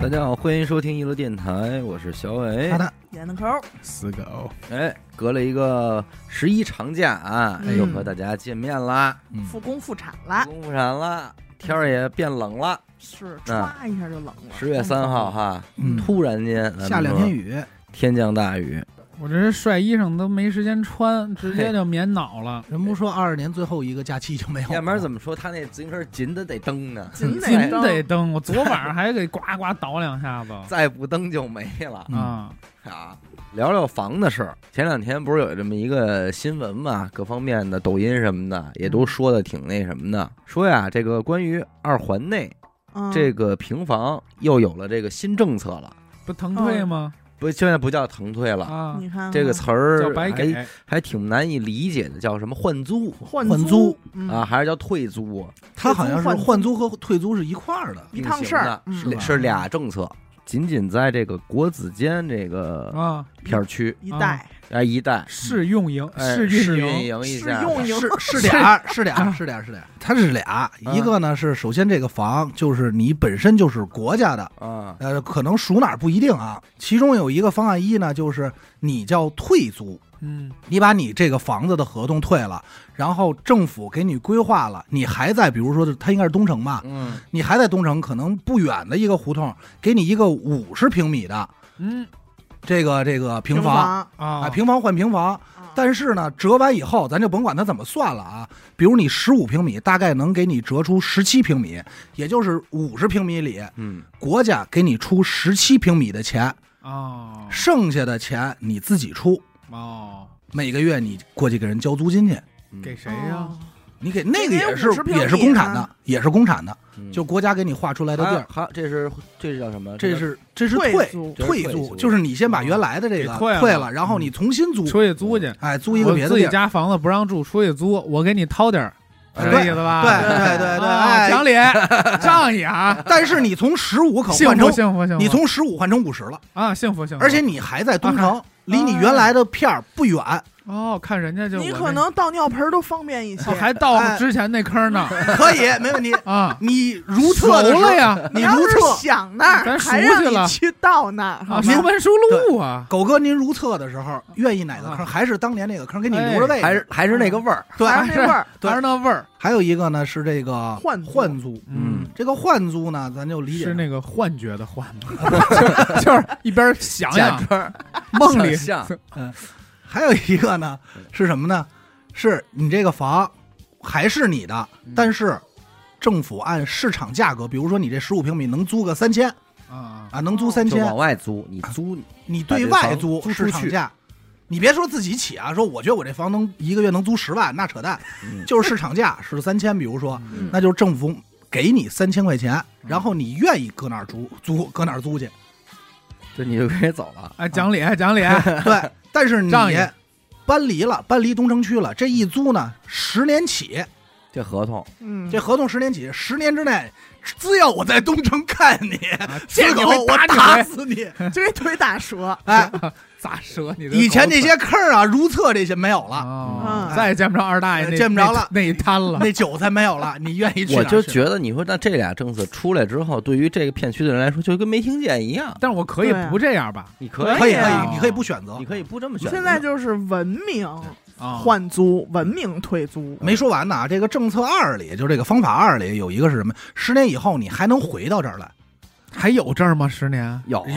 大家好，欢迎收听一路电台，我是小伟。好的，闫子抠，死狗，哎，隔了一个十一长假啊，嗯啊又和大家见面啦，嗯复工复产啦，功夫山啦，天儿也变冷了。是歘一下就冷了。十月三号哈，嗯突然间下两天雨，雨，天降大雨，我这是晒衣裳都没时间穿，直接就棉袄了。人不说二二年最后一个假期就没有了，要不然怎么么说他那自行车紧的得蹬呢？紧紧得蹬得蹬，我昨晚上还给呱呱倒两下子再不蹬就没了嗯啊！啊！聊聊房的事儿，前两天不是有这么一个新闻嘛，各方面的抖音什么的也都说的挺那什么的，说呀，这个关于二环内嗯这个平房又有了这个新政策了，不腾退吗？不，现在不叫腾退了，啊，嗯你看这个词儿叫白给还哎还挺难以理解的，叫什么换租换换租租嗯啊，还是叫退租？他好像是换换租和退租是一块儿的，一并趟行事儿的，嗯是吧是俩政策，仅仅在这个国子监这个啊，片儿区一带哎一带试用营、哎试试运营，营一试下，用营是是俩是俩是俩是俩，它是俩，嗯一个呢是首先这个房就是你本身就是国家的。 啊，呃，可能属哪儿不一定啊。其中有一个方案一呢，就是你叫退租，嗯，你把你这个房子的合同退了，然后政府给你规划了，你还在，比如说它应该是东城吧，嗯，你还在东城，可能不远的一个胡同，给你一个五十平米的嗯这个这个平平嗯房，啊，啊，平房换平房。啊但是呢，折完以后，咱就甭管它怎么算了啊。比如你十五平米，大概能给你折出十七平米，也就是五十平米里，嗯，国家给你出十七平米的钱，哦剩下的钱你自己出，哦，每个月你过去给人交租金去。嗯给谁呀？哦你给那个也是50平米啊也是公产的，也是公产的，嗯就国家给你划出来的地还儿有，还有这是这是叫什么？这是这是退退租这是退租租，哎就是你先把原来的这给个退了了，嗯然后你重新租，出去租去，哎，租一个我别的自地己儿，家房子不让住，出去租，我给你掏点儿，哎是这意思吧？对对对对，啊哎讲，理， 仗义啊，但是你从十五可幸换福成，幸福幸福，你从十五换成五十了，啊幸福幸啊福，而且你还在东城，离你原来的片儿不 远，哦，看人家就你我可这能倒尿盆儿都方便一些我。哦还哎到之前那坑呢可以没问题。啊，你如熟厕哎的时候了，呀你要如是厕，想那儿，咱熟还让去你了去到那儿，好吗啊，熟门熟路啊，狗哥您如厕的时候愿意哪个坑，还是当年那个坑给你留哎着位置，还是还是那个味儿，对。还是那味儿，对还是那味儿，还有一个呢是这个换租换租，嗯这个换租呢，咱就理解是成那个幻觉的幻 吗，就是就是一边想假想装嗯梦里想象还有一个呢嗯是什么呢？是你这个房还是你的，嗯但是政府按市场价格，比如说你这十五平米能租个三千啊啊，能租哦三就往千，外租，你租你对外把这租房租出去市场价。你别说自己起啊，说我觉得我这房能一个月能租十万，那扯淡，嗯就是市场价是三千，比如啊说，嗯那就是政府给你三千块钱，然后你愿意搁哪儿租租搁哪儿租去，就你就可以走了。哎，讲理讲理，对，但是你仗义搬离了，搬离东城区了，这一租呢，十年起，这合同嗯，这合同十年起，十年之内，只要我在东城看你，啊这见狗你会我打你打回，死你！就给腿打折， 哎，咋折你的狗腿？以前那些坑儿啊，如厕这些没有了，哦嗯再也见不着二大爷那，哎见不着了那那一摊了。 那韭菜没有了，你愿意去哪我儿去？就觉得你说那这俩政策出来之后，对于这个片区的人来说，就跟没听见一样。但是我可以对啊不这样吧？你可以，可以可啊以，你可以不选择哎你。可以不这么选择。现在就是文明啊，换租，文明退租，没说完呢啊，这个政策二里，就这个方法二里有一个是什么？十年以后你还能回到这儿来？还有证吗？十年有有，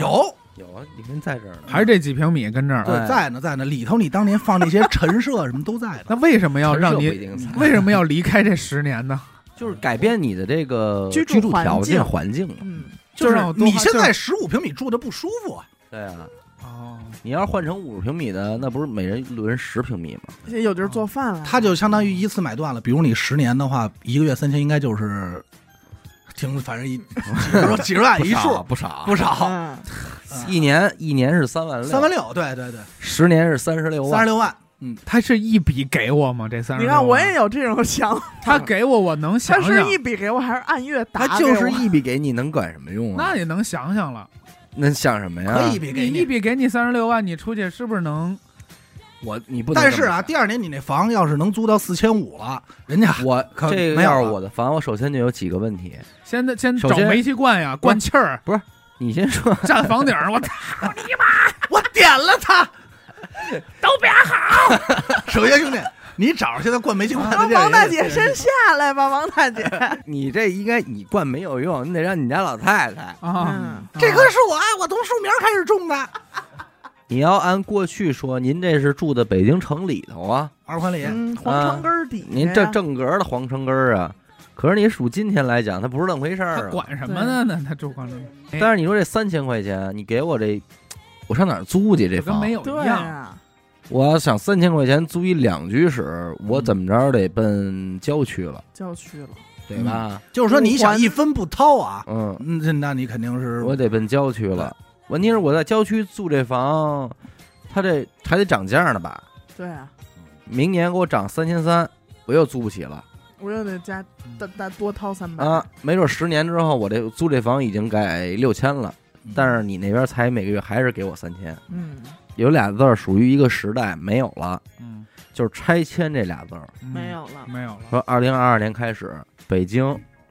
有啊，你跟在这儿呢，还是这几平米跟这儿？对，哎在呢，在呢，里头你当年放那些陈设什么都在呢。那为什么要让陈设不你一定 在为什么要离开这十年呢？就是改变你的这个居住住条环件境环境了。嗯，就让我多你花现就是在十五平米住着不舒服啊，对啊，哦，你要是换成五十平米的，那不是每人轮十平米吗？现在有地儿做饭了，它就相当于一次买断了。比如你十年的话，一个月三千，应该就是挺 反正一几十万几十哎万一数，不少，不少，嗯嗯一年一年是三万六，三万六，对对对，十年是三十六三十万，六万。嗯他是一笔给我吗？这三十，你看我也有这种想法，他给我，我能他想是想，一笔给我还是按月打给那我？就是一笔给你，能管什么用啊？那也能想想了。那想什么呀？可以比你给一，笔给你三十六万，你出去是不是能？我你不能这么但是想，啊，第二年你那房要是能租到四千五了，人家我可这个没有要是了我的房，我首先就有几个问题，先先首找先煤气罐呀，灌气儿不是你先说，站房顶上，我操你妈！我点了他。 都别首先，兄弟，你找着现在灌煤气罐的说店王啊大也姐得先下来吧，王大姐。 哎你这应该你灌没有用，你得让你家老太太。嗯啊！这棵树啊，我从树苗开始种的。你要按过去说，您这是住的北京城里头啊，二环里，嗯，皇城根儿底下呀，您这正格的皇城根儿啊。可是你数今天来讲，它不是那么回事他儿啊。管什么呢？那他住管理，但是你说这三千块钱，你给我这，我上哪儿租去这就跟房？没有对一样。啊，我要想三千块钱租一两居室，我怎么着得奔郊区了，郊区了，对吧？就是说你想一分不掏啊，嗯，嗯，这那你肯定是我得奔郊区了。问题是我在郊区租这房，它这还得涨价呢吧？对啊，明年给我涨三千三，我又租不起了我又得加大大多掏三嗯百嗯啊！没准十年之后，我这租这房已经改六千了，嗯嗯但是你那边才每个月还是给我三千，嗯，有俩字儿属于一个时代没有了，嗯，就是拆迁这俩字儿。嗯没有了，没有了，说二零二二年开始，北京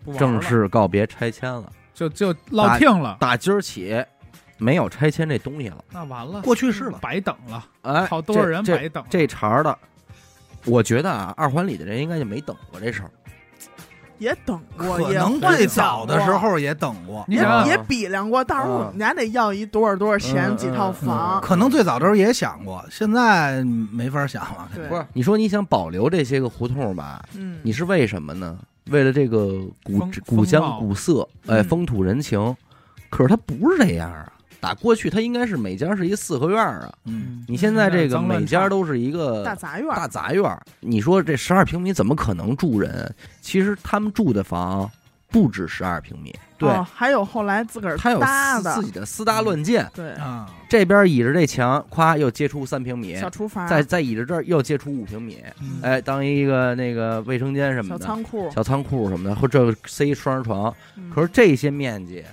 不玩正了式告别拆迁了。就就落听了，打今儿起没有拆迁这东西了。那完了，过去式了。白等了，哎，好多少人这白等了。这这茬儿的，我觉得啊，二环里的人应该就没等过这事儿。也等过，可也能会最早的想时过。候也等过，你也想想，也比量过，到时候我们家得要一多少多少钱啊嗯几套嗯房，可能最早的时候也想过，现在没法想了。对，不是，你说你想保留这些个胡同吧，嗯，你是为什么呢？为了这个古风古风貌香古色，哎，嗯风土人情。可是它不是这样啊。打过去，它应该是每家是一四合院儿啊。嗯，你现在这个脏乱每家差都是一个大杂院儿，大杂院儿，你说这十二平米怎么可能住人？其实他们住的房不止十二平米，对，哦还有后来自个儿他有搭自的自，己的私搭乱建，对，啊，这边倚着这墙，夸又接出三平米小，厨房，再再倚着这儿又接出五平米，嗯哎，当一个那个卫生间什么小的，仓库，小仓库什么的，或者塞一双人床。嗯可是这些面积，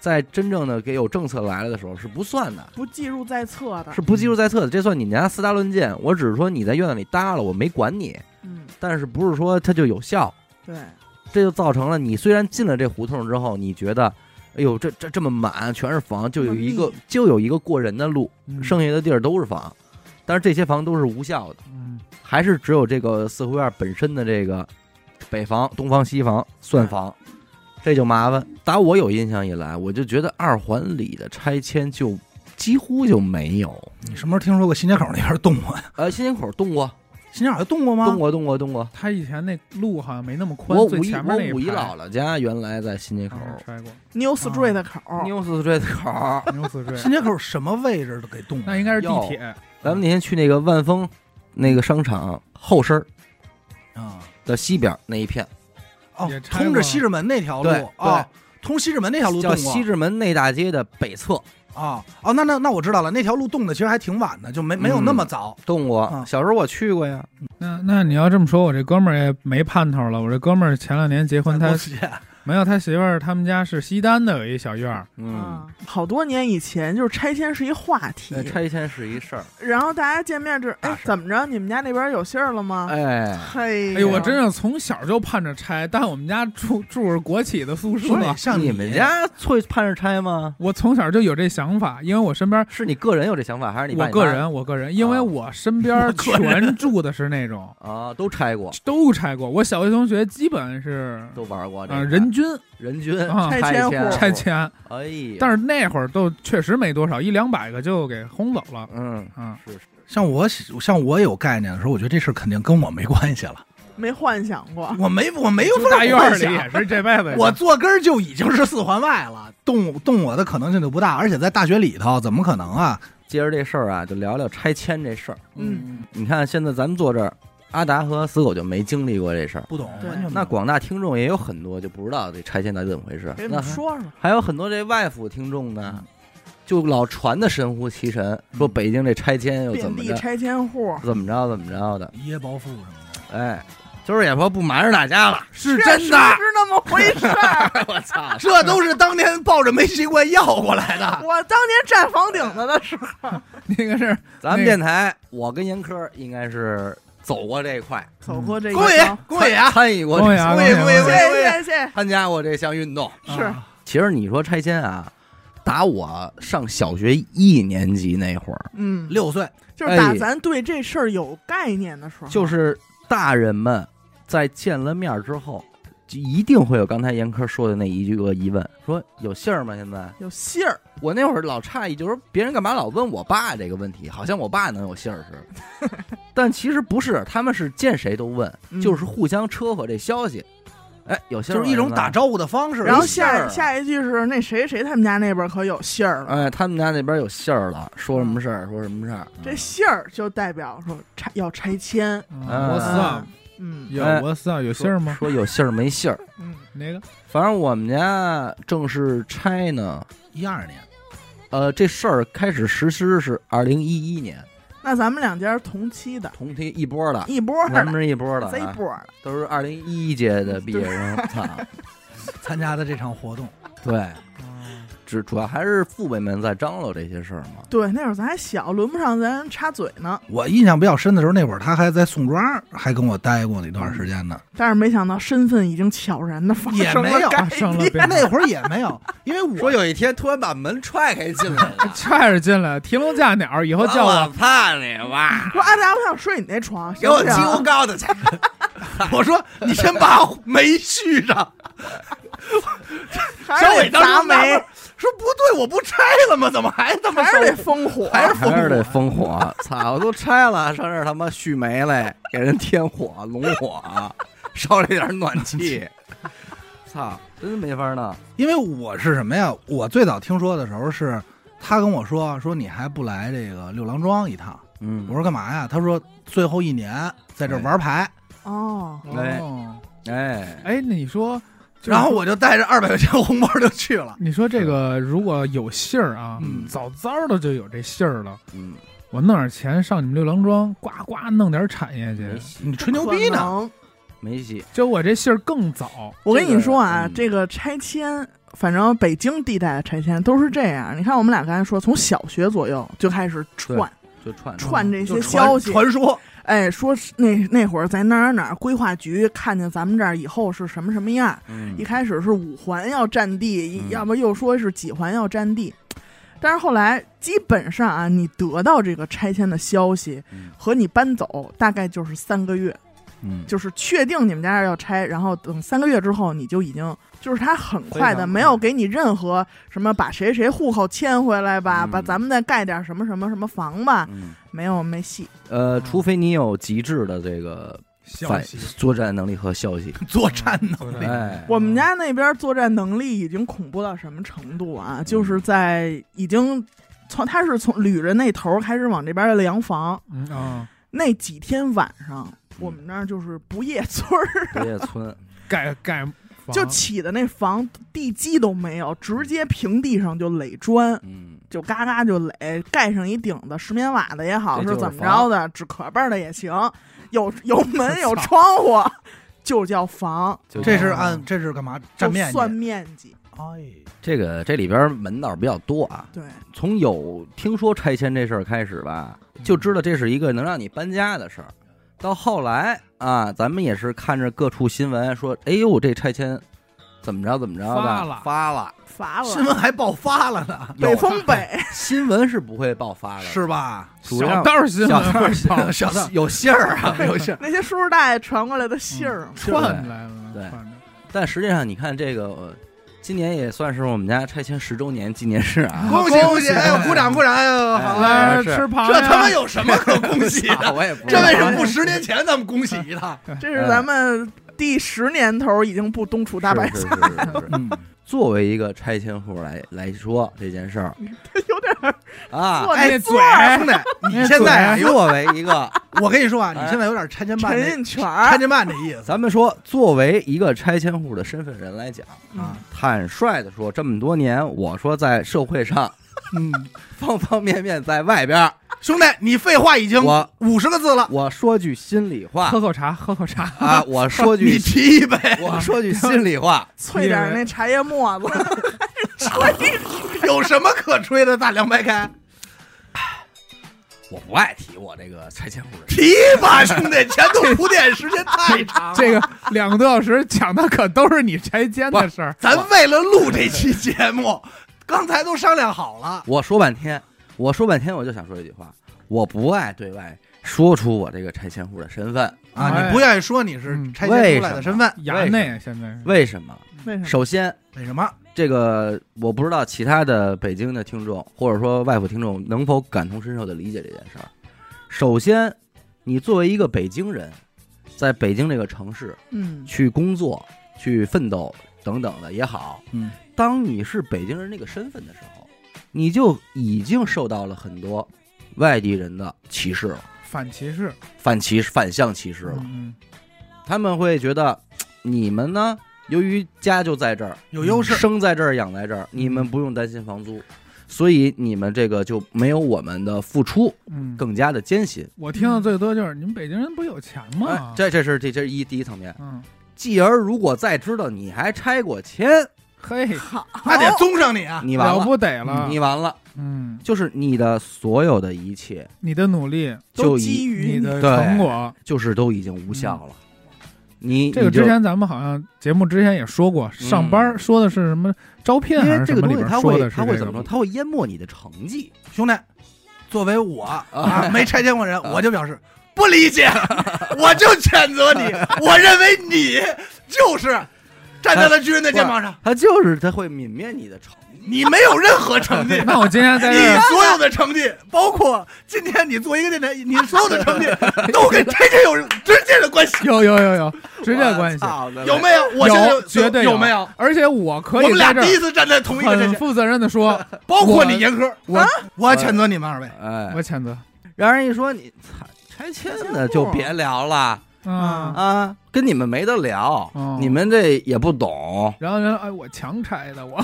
在真正的给有政策来了的时候是不算的。不计入在册的，是不计入在册的，这算你们家私搭乱建。我只是说你在院子里搭了，我没管你，嗯，但是不是说它就有效？对，这就造成了你虽然进了这胡同之后，你觉得，哎呦，这这这么满，全是房，就有一这么个密就有一个过人的路，嗯剩下的地儿都是房，但是这些房都是无效的，嗯还是只有这个四合院本身的这个北房、东房、西房算房，这就麻烦。打我有印象以来，我就觉得二环里的拆迁就几乎就没有。你什么时候听说过新街口那边动过 呀？呃，新街口动过，新街口还动过吗？动过，动过，动过。他以前那路好像没那么宽，我最五一前面我那一五一排嗯姥姥家原来在新街口好像摔过，啊 New Street 的口儿，哦，New Street 口儿。牛死新坠，街口什么位置都给动过那应该是地铁。咱们那天去那个万丰那个商场后身儿啊。的西边那一片，哦也，拆过通着西直门那条路对哦，通西直门那条路动叫过西直门内大街的北侧，啊哦，那那那我知道了，那条路动的其实还挺晚的，就没没有那么早。动过。啊嗯小时候我去过呀，那那你要这么说，我这哥们儿也没盼头了。我这哥们儿前两年结婚，在他公司 街没有他媳妇儿，他们家是西单的有一小院儿，嗯，啊，好多年以前就是拆迁是一话题，那哎拆迁是一事儿。然后大家见面就是，大哎，事怎么着？你们家那边有信儿了吗？哎，嘿，哎呦，我真是从小就盼着拆，但我们家住住着国企的宿舍说，得像你们家会盼着拆吗？我从小就有这想法，因为我身边是你个人有这想法，还是你爸我你个妈人我个人，因为啊我 身边全住的是那种啊都拆过，都拆过，我小学同学基本是都玩过这啊个人均人均啊拆拆迁户拆，迁，哎呀，但是是那会儿都确实没多少，一两百个就给轰走了嗯，啊。是像我像我有概念的时候，我觉得这事儿肯定跟我没关系了，没幻想 过，我没我没有住法大院儿幻里想也是这辈子也我坐根儿就已经是四环外了，动动我的可能性就不大，而且在大学里头怎么可能啊？接着这事儿啊，就聊聊拆迁这事儿。嗯，你看现在咱们坐这儿，阿达和死狗就没经历过这事儿。不懂，对完全不懂那广大听众也有很多就不知道这拆迁到底怎么回事。给你那们还说说，还有很多这外府听众呢，嗯就老传的神乎其神，说北京这拆迁又怎遍么地着，拆迁户，怎么着怎么着的。一夜暴富什么的，哎，就是也说不瞒着大家了， 哎是确真实的，是那么回事儿。我操！这都是当年抱着煤气罐要过来的。我当年站房顶子的时候，那 个是 咱们那个电台，我跟严科应该是走过这一块， 走过这一恭喜遭，恭喜啊！参与过恭喜这，啊！我也恭我也喜我嗯谢也谢谢谢，参加过这项运动。是啊其实你说拆迁啊，打我上小学一年级那会儿，嗯，六岁，就是打哎咱对这事儿有概念的时候，就是大人们在见了面之后，就一定会有刚才严科说的那一个疑问，说有信儿吗？现在有信儿，我那会儿老诧异，就是别人干嘛老问我爸这个问题，好像我爸能有信儿似的，但其实不是，他们是见谁都问，嗯就是互相车和这消息。哎，有信儿就吗是一种打。招呼的方式。然后有信儿下下一句是那谁谁他们家那边可有信儿现了，在哎，他们家那边有信儿了，说什么事儿？说什么事儿？这信儿就代表说拆要拆迁，啊我操啊，嗯嗯有哎我操，有信儿吗？说有信儿没信儿？嗯，那个反正我们家正式拆呢，一二年，呃，这事儿开始实施是二零一一年，那咱们两家是同期的，同期一波的，一波儿咱们的，是一波的、啊，贼波儿的，都是二零一一届的毕业生，操，参加的这场活动，对，主主要还是父辈们在张罗这些事儿嘛。对，那会儿咱还小，轮不上咱插嘴呢，我印象比较深的时候，那会儿他还在宋庄，还跟我待过一段时间呢。但是没想到身份已经悄然的发也生没有了发改生了变，变化，那会儿也没 有，因为我有一天突然把门踹开进来 了踹着进来，提笼架鸟，以后叫我怕你哇！说阿哎达，我想睡你那床，啊行不行高的去！我说你先把煤续上，还是得砸煤，说不对，我不拆了吗？怎么还这 么还收是得烽火，还是烽火还是得烽火，操！我都拆了，上这儿他妈续煤来，给人添火、拢火，烧了一点暖气，操，真没法弄。因为我是什么呀？我最早听说的时候是他跟我说说你还不来这个六郎庄一趟，我嗯，说干嘛呀？他说最后一年在这儿玩牌，哦，哎哦，哎，哎，那你说，就是然后我就带着二百块钱红包就去了。你说这个如果有信儿啊嗯，早早的就有这信儿了。嗯，我弄点钱上你们六郎庄，呱呱弄点产业没去。戏，你吹牛逼呢？呢？没戏。就我这信儿更早，我跟你说嗯啊，这这个拆迁，反正北京地带的拆迁都是这样。你看，我们俩刚才说，从小学左右就开始串就串嗯着串这就些传消息，传说，哎，说是那那会儿在哪儿哪儿规划局看见咱们这儿以后是什么什么样，嗯一开始是五环要占地，嗯要么又说是几环要占地，但是后来基本上啊，你得到这个拆迁的消息嗯和你搬走大概就是三个月，嗯，就是确定你们家要拆，然后等三个月之后，你就已经就是他很快非常快的没有给你任何什么把谁谁户口迁回来吧，嗯把咱们再盖点什么什么什么房吧，嗯没有没戏，呃，除非你有极致的这个消反息 作战能力和消息，作战能力。哎，我们家那边作战能力已经恐怖到什么程度嗯啊？就是在已经从他是从捋着那头开始往这边的量房，嗯啊，那几天晚嗯上我们那儿就是不夜村儿，不夜村，盖盖房就起的那房地基都没有，直接平地上就垒砖，嗯，就嘎嘎就垒，盖上一顶子石棉瓦的也好，这就是是怎么房着的，纸壳儿的也行， 有有门有窗户，就叫房，就这是按这是干嘛？占就面积？算面积，哎，这个这里边门道比较多啊。对。从有听说拆迁这事儿开始吧，就知道这是一个能让你搬家的事儿。到后来啊，咱们也是看着各处新闻说，哎呦，这拆迁怎么着怎么着的发了发了，乏新了。闻还爆发了呢，有北风北，新闻是不会爆发的，是吧？主要小道新小闻道儿新会闻小道有信儿 啊，有信儿。那些叔叔大爷传过来的信嗯儿，串来了，对串着但实际上，你看这个，呃今年也算是我们家拆迁十周年纪念日啊。恭喜恭喜！哎呦，鼓掌鼓掌！哎呦，哎好嘞，来哎吃是螃蟹，啊这他妈有什么可 恭喜的？我也不知这道啊为什么不十年前咱们恭喜一趟？这是咱们第十年头已经不东楚大白是是菜，是是是嗯，作为一个拆迁户来来说这件事儿有点儿啊，做那那嘴座儿兄弟，你现在啊，有作为一个，我跟你说啊，你哎现在有点拆迁办陈那印泉拆儿，迁办这意思咱们说作为一个拆迁户的身份人来讲，啊。坦率的说，这么多年，我说在社会上嗯， 方方面面，在外边儿，兄弟，你废话已经我五十个字了，我说句心里话喝口茶，喝口茶，啊，我说你句提一杯。我说句心里话，啐点儿那茶叶沫子，有什么可吹的？大凉白开，我不爱提我这个拆迁户的提吧，兄弟，前头铺垫时间 哎太长了。 这个两个多小时讲的可都是你拆迁的事儿，咱为了录这期节目，刚才都商量好了，我说半天，我说半天，我就想说一句话：我不爱对外说出我这个拆迁户的身份。啊，哎你不愿意说你是嗯拆迁出为来的什么身份，衙内啊现在是为什么？为嗯什么？首先，为什么？这个我不知道其他的北京的听众或者说外府听众能否感同身受的理解这件事儿。首先，你作为一个北京人，在北京这个城市嗯，去工作、去奋斗等等的也好，嗯，当你是北京人那个身份的时候，你就已经受到了很多外地人的歧视了，反歧视，反歧视、反向歧视了。嗯，他们会觉得你们呢，由于家就在这儿，有优势，生在这儿养在这嗯儿，你们不用担心房租，所以你们这个就没有我们的付出嗯，更加的艰辛。我听的最多就是你们北京人不有钱哎吗？，这这是这这是一第一层面。嗯，继而如果再知道你还拆过迁，嘿，嗯好，那得综上你啊，你完了了，不得了，你完了，嗯，就是你的所有的一切你的努力，就都已基于你的对成果，就是都已经无效了。你这个你就之前咱们好像节目之前也说过，上班儿说的是什么招聘因还为是这什个么东里西边它说会的是它会这怎个么说？东西。它会淹没你的成绩。兄弟，作为我啊没拆迁过人，我就表示不理解，我就谴责你，我认为你就是站在了巨人的肩膀上，他就是他会泯灭你的成绩。你没有任何成绩 那我今天在你这儿所有的成绩，包括今天你做一个电台，你所有的成绩都跟拆迁有直接的关系，有有有有直接关系，有没有？我现在有就绝对有没有？？而且我我可以们俩在这第一儿次站在同一个阵很线，负责任的说，包括你严科，我我谴责你们二位。哎我，谴责让人一说你操拆迁的就别聊了啊。啊，跟你们没得聊哦，你们这也不懂，然后人哎，我强拆的，我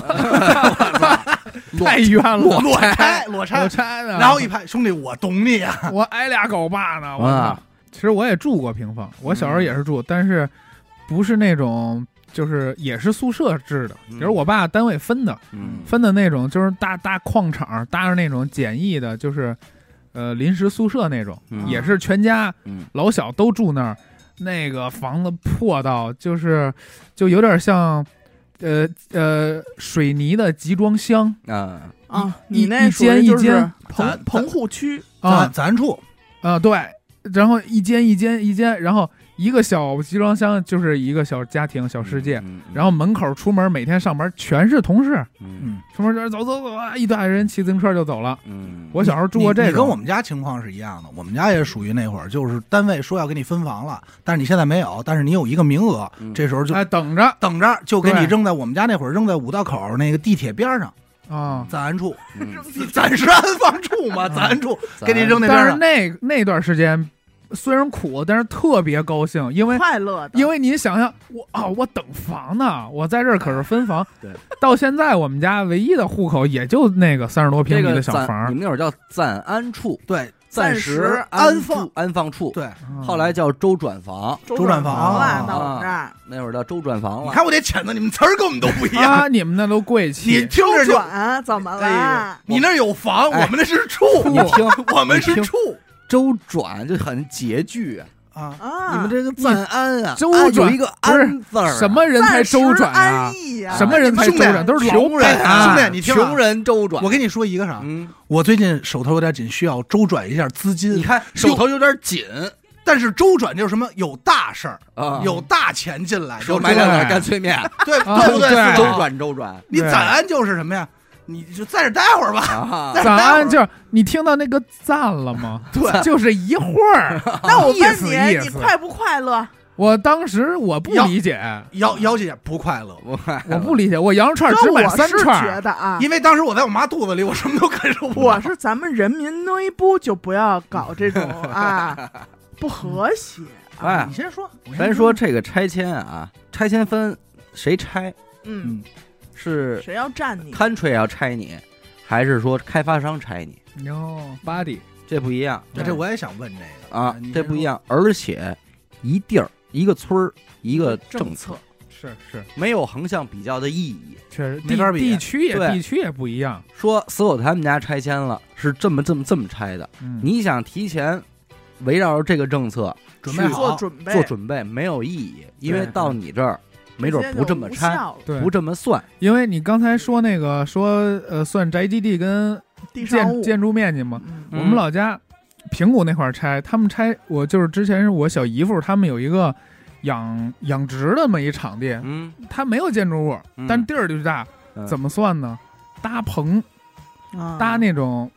裸太冤了，裸拆，裸拆我，拆啊的。然后一拍，兄弟，我懂你 啊！我挨俩狗爸呢，我操啊！嗯其实我也住过平房，我小时候也是住，但是不是那种就是也是宿舍制的，嗯也是我爸单位分的，嗯分的那种就是大大矿场搭着那种简易的，就是呃临时宿舍那种，嗯也是全家嗯老小都住那儿。那个房子破到就是就有点像。呃呃，水泥的集装箱啊，啊，一你那一属于间一就是间棚咱棚户区，啊咱，咱住啊，对，然后一间一间一间，然后一个小集装箱就是一个小家庭、小世界，嗯，嗯然后门口出门每天上班全是同事，嗯出门就是走走走啊，一大人骑自行车就走了。嗯，我小时候住过你这你跟我种，们家情况是一样的，我们家也属于那会儿，就是单位说要给你分房了，但是你现在没有，但是你有一个名额，嗯这时候就哎，等着等着，就给对你扔在我们家那会儿扔在五道口那个地铁边上，啊。暂住，嗯 暂时安放处嘛，暂住，给你扔那边但是上。那那段时间虽然苦，但是特别高兴，因为快乐的，因为你想想，我啊，我等房呢，我在这儿可是分房。对，到现在我们家唯一的户口也就那个三十多平这米个的小暂房儿你。们那会儿叫暂安处，对暂时安安放住安放处，对，嗯后来叫周转房，周转房房啊，啊到我们这儿那会儿叫周转房你了。看我得谴责你们词儿跟我们都不一样，啊，你啊们那都贵气。你听着周就。转啊怎么哎了？你那儿有房，哎我们那是处，你听我们是你听处周转就很拮据啊，啊。啊，你们这个暂安啊，周安有转一个不是安字儿啊，什么人才暂时周转啊安？逸呀，什么人才周兄转？弟都是老穷人啊，兄弟你听啊穷人周转，我跟你说一个啥，嗯，我最近手头有点紧，需要周转一下资金。你，看手头有点紧但是周转就是什么有大事儿，啊，有大钱进来，说就买两对碗干脆面，对啊对不对？对是周吧，转周转你对攒安就是什么呀？你就在这待会儿吧。啊但，是早待会儿安就是你听到那个赞了吗？ 对，就是一会 儿。那我意问思你，意你思快不快乐？我当时我不要理解，姚姚姐不快乐，我我不理解，我羊肉串只这买我三是觉串，得啊，因为当时我在我妈肚子里，我什么都感受不我嗯了。是咱们人民内部就不要搞这 种啊，不和谐。哎你，先说，我先咱说这个拆迁啊，拆迁分谁拆，嗯，是谁要占你？ country 要拆你，还是说开发商拆你？哟，body，这不一样那这我也想问这个啊你，先这不一样，而且一地儿、一个村儿、一个政政策，策是是，没有横向比较的意义。确实没法地比地区也对地区也不一样。说所有他们家拆迁了，是这么这么这么拆的，嗯你想提前围绕着这个政策说，准备去好啊做准备，做准备没有意义，因为对到你这儿没准不这么直接就无拆，效了对不这么算。因为你刚才说那个说呃算宅基地跟地上建物。建筑面积嘛，嗯嗯我们老家平谷那块儿拆，他们拆我就是之前是我小姨夫他们有一个养养殖的那么一场地，嗯，他没有建筑物嗯，但地儿就大，嗯怎么算呢？搭棚，啊嗯搭那种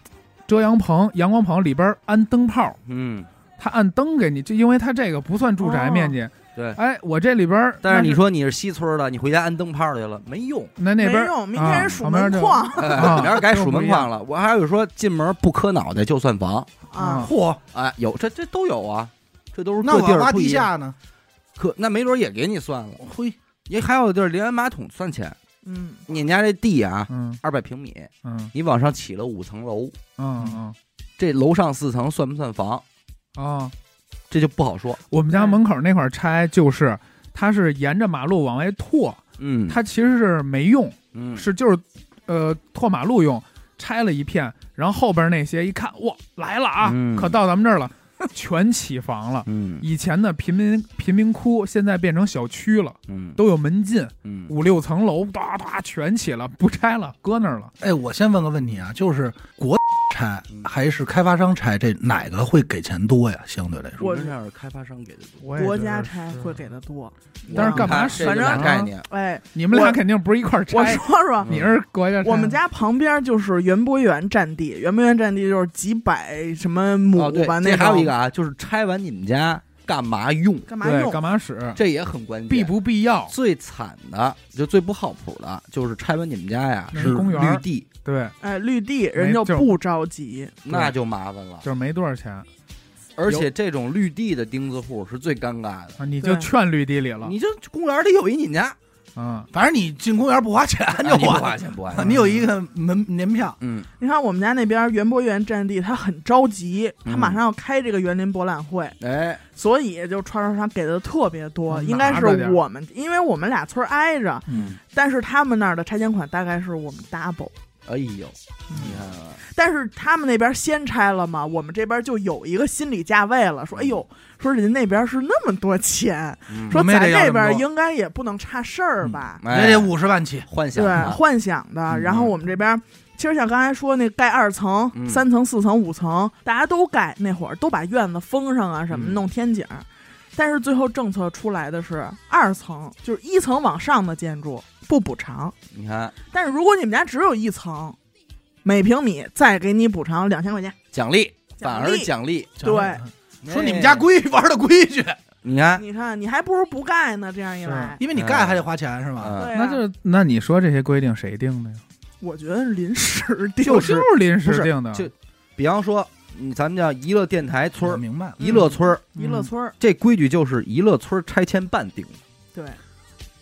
遮阳棚、阳光棚，里边儿安灯泡，嗯，他按灯给你，就因为他这个不算住宅面积。哦对哎，我这里边儿，但是你那说你是西村的，你回家安灯泡去了没用。那那边没儿用，明天啊是属旁边门就框哎，明儿改这数不门一样框了。我还有说进门不磕脑袋就算房，啊，嚯，哎，有这这都有啊，这都是那各我地要儿挖不地一样。下呢？可那没准也给你算了，嘿，也还有地儿连按马桶算钱。嗯，你家这地啊，嗯二百平米，嗯你往上起了五层楼，嗯这楼上四层算不算房？嗯啊！这就不好说。我们家门口那块儿拆，就是它是沿着马路往外拓，嗯，它其实是没用，嗯是就是呃拓马路用，拆了一片，然后后边那些一看，哇来了啊，嗯可到咱们这儿了，全起房了。嗯以前的贫民贫民窟现在变成小区了，嗯都有门禁，嗯五六层楼，哒哒全起了，不拆了，搁那儿了。哎，我先问个问题啊，就是国拆嗯还是开发商拆，这哪个会给钱多呀？相对来嗯说，我们这儿开发商给的多，我也国觉得家是拆会给的多。但是干嘛你看这就反正俩概啊念，哎，你们俩我肯定不是一块儿我拆，说说，嗯你是国家拆我们家旁边就是园博园占地，园博园占地就是几百什么亩哦，对，吧，那这种还有一个啊，就是拆完你们家干嘛用？干嘛对用？干嘛使，这也很关键。必不必要？最惨的，就最不靠谱的，就是拆完你们家呀那是是公园儿绿地，对，哎，绿地人没就就不着急，那就麻烦了就。是没多少钱啊，而且这种绿地的钉子户是最尴尬的，你就对劝绿地里了你就公园里有一你们家，啊。反正你进公园不花钱哎你就不花花，钱嗯不花啊钱。你有一个门年票。嗯你看我们家那边园博园占地，他很着急，他马上要开这个园林博览会，哎，所以就唰唰唰给的特别多。嗯应该拿着点是儿我们，因为我们俩村儿挨着，嗯，但是他们那儿的拆迁款大概是我们 double。哎呦，你看看，但是他们那边先拆了嘛，我们这边就有一个心理价位了，说哎呦，说人家那边是那么多钱，嗯说我们也咱得要这这么边多应该也不能差事儿吧？哎也得五十万起，幻想对，啊幻想的。嗯然后我们这边。其实像刚才说那盖二层、嗯三层、四层、五层，大家都盖那会儿都把院子封上啊，什么嗯弄天井儿，但是最后政策出来的是二层，就是一层往上的建筑不补偿。你看但是如果你们家只有一层，每平米再给你补偿两千块钱。奖励，奖反励而奖励。对说你们家规玩的规矩，你看，你看，你还不如不盖呢。这样一来，因为你盖还得花钱是吧？哎嗯对啊那就是那你说这些规定谁定的呀？我觉得临时 定就是是临时定的，不是比方说，嗯咱们叫娱乐电台村我儿，明白了，娱乐村儿，娱嗯乐村儿，这规矩就是娱乐村儿拆迁办定的。对，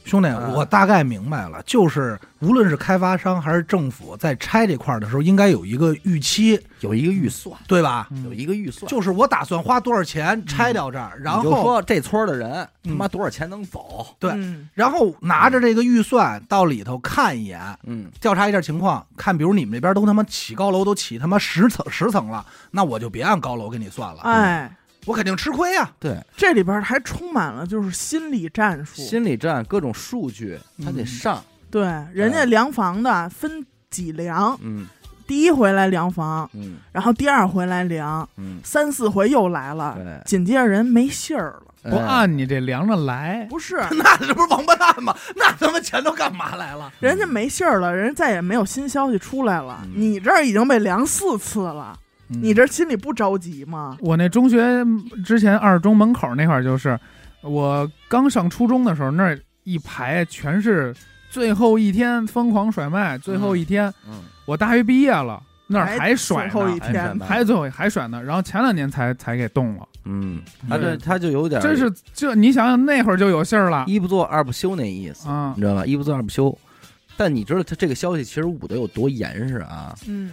兄弟，嗯我大概明白了，就是无论是开发商还是政府，在拆这块儿的时候，应该有一个预期，有一个预算，对吧？嗯有一个预算，就是我打算花多少钱拆掉这儿，然嗯你就后说这村儿的人他嗯妈多少钱能走？对嗯然后拿着这个预算到里头看一眼，嗯，调查一下情况，看比如你们那边都他妈起高楼都起他妈十层十层了，那我就别按高楼给你算了，啊哎，我肯定吃亏啊呀、对，这里边儿还充满了就是心理战术。心理战各种数据他得上，对，人家量房的分几量，嗯第一回来量房，嗯然后第二回来量，嗯，三四回又来了，对，紧接着人没信儿嗯了。不哎按你这量着来，不是， 那这不是王八蛋吗？那他妈钱都干嘛来了？人家没信儿了，人家再也没有新消息出来了。嗯你这儿已经被量四次了，你这心里不着急吗？我那中学之前二中门口那块儿，就是我刚上初中的时候，那儿一排全是最后一天疯狂甩卖，最后一天、嗯我大学毕业了，那儿还最甩后一呢，还甩天呢，还最后还甩呢，然后前两年才才给动了，嗯，他这他就有点真是这你想想那会儿就有信儿了一不做二不休那意思，啊你，知道吧？一不做二不休。但你知道他这个消息其实捂得有多严实啊？嗯，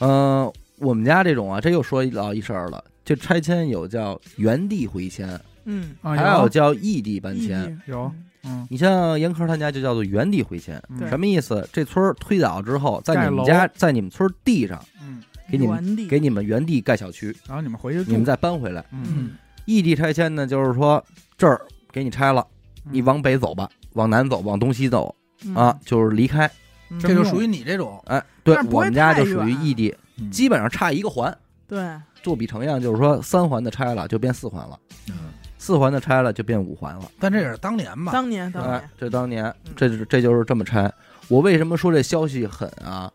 嗯、我们家这种啊，这又说到一事儿了。这拆迁有叫原地回迁，嗯，啊还有有叫异地搬异迁。地有，嗯你像严科他家就叫做原地回迁，嗯对什么意思？这村儿推倒之后，在盖你们楼家，在你们村儿地上嗯，给你们原地给你们原地盖小区，然后你们回去住，你们再搬回来。嗯异地拆迁呢，就是说这儿给你拆了，嗯你往北走吧，往南走，往东西走嗯啊，，就是离开。嗯这就属于你这种，哎，对但是不我会们家太就属于远嗯异地，基本上差一个环。对，做比成样，就是说三环的拆了就变四环了，嗯，四环的拆了就变五环了。但这也是当年吧，当年当哎年，，嗯这当年这就是这就是这么拆。我为什么说这消息狠啊？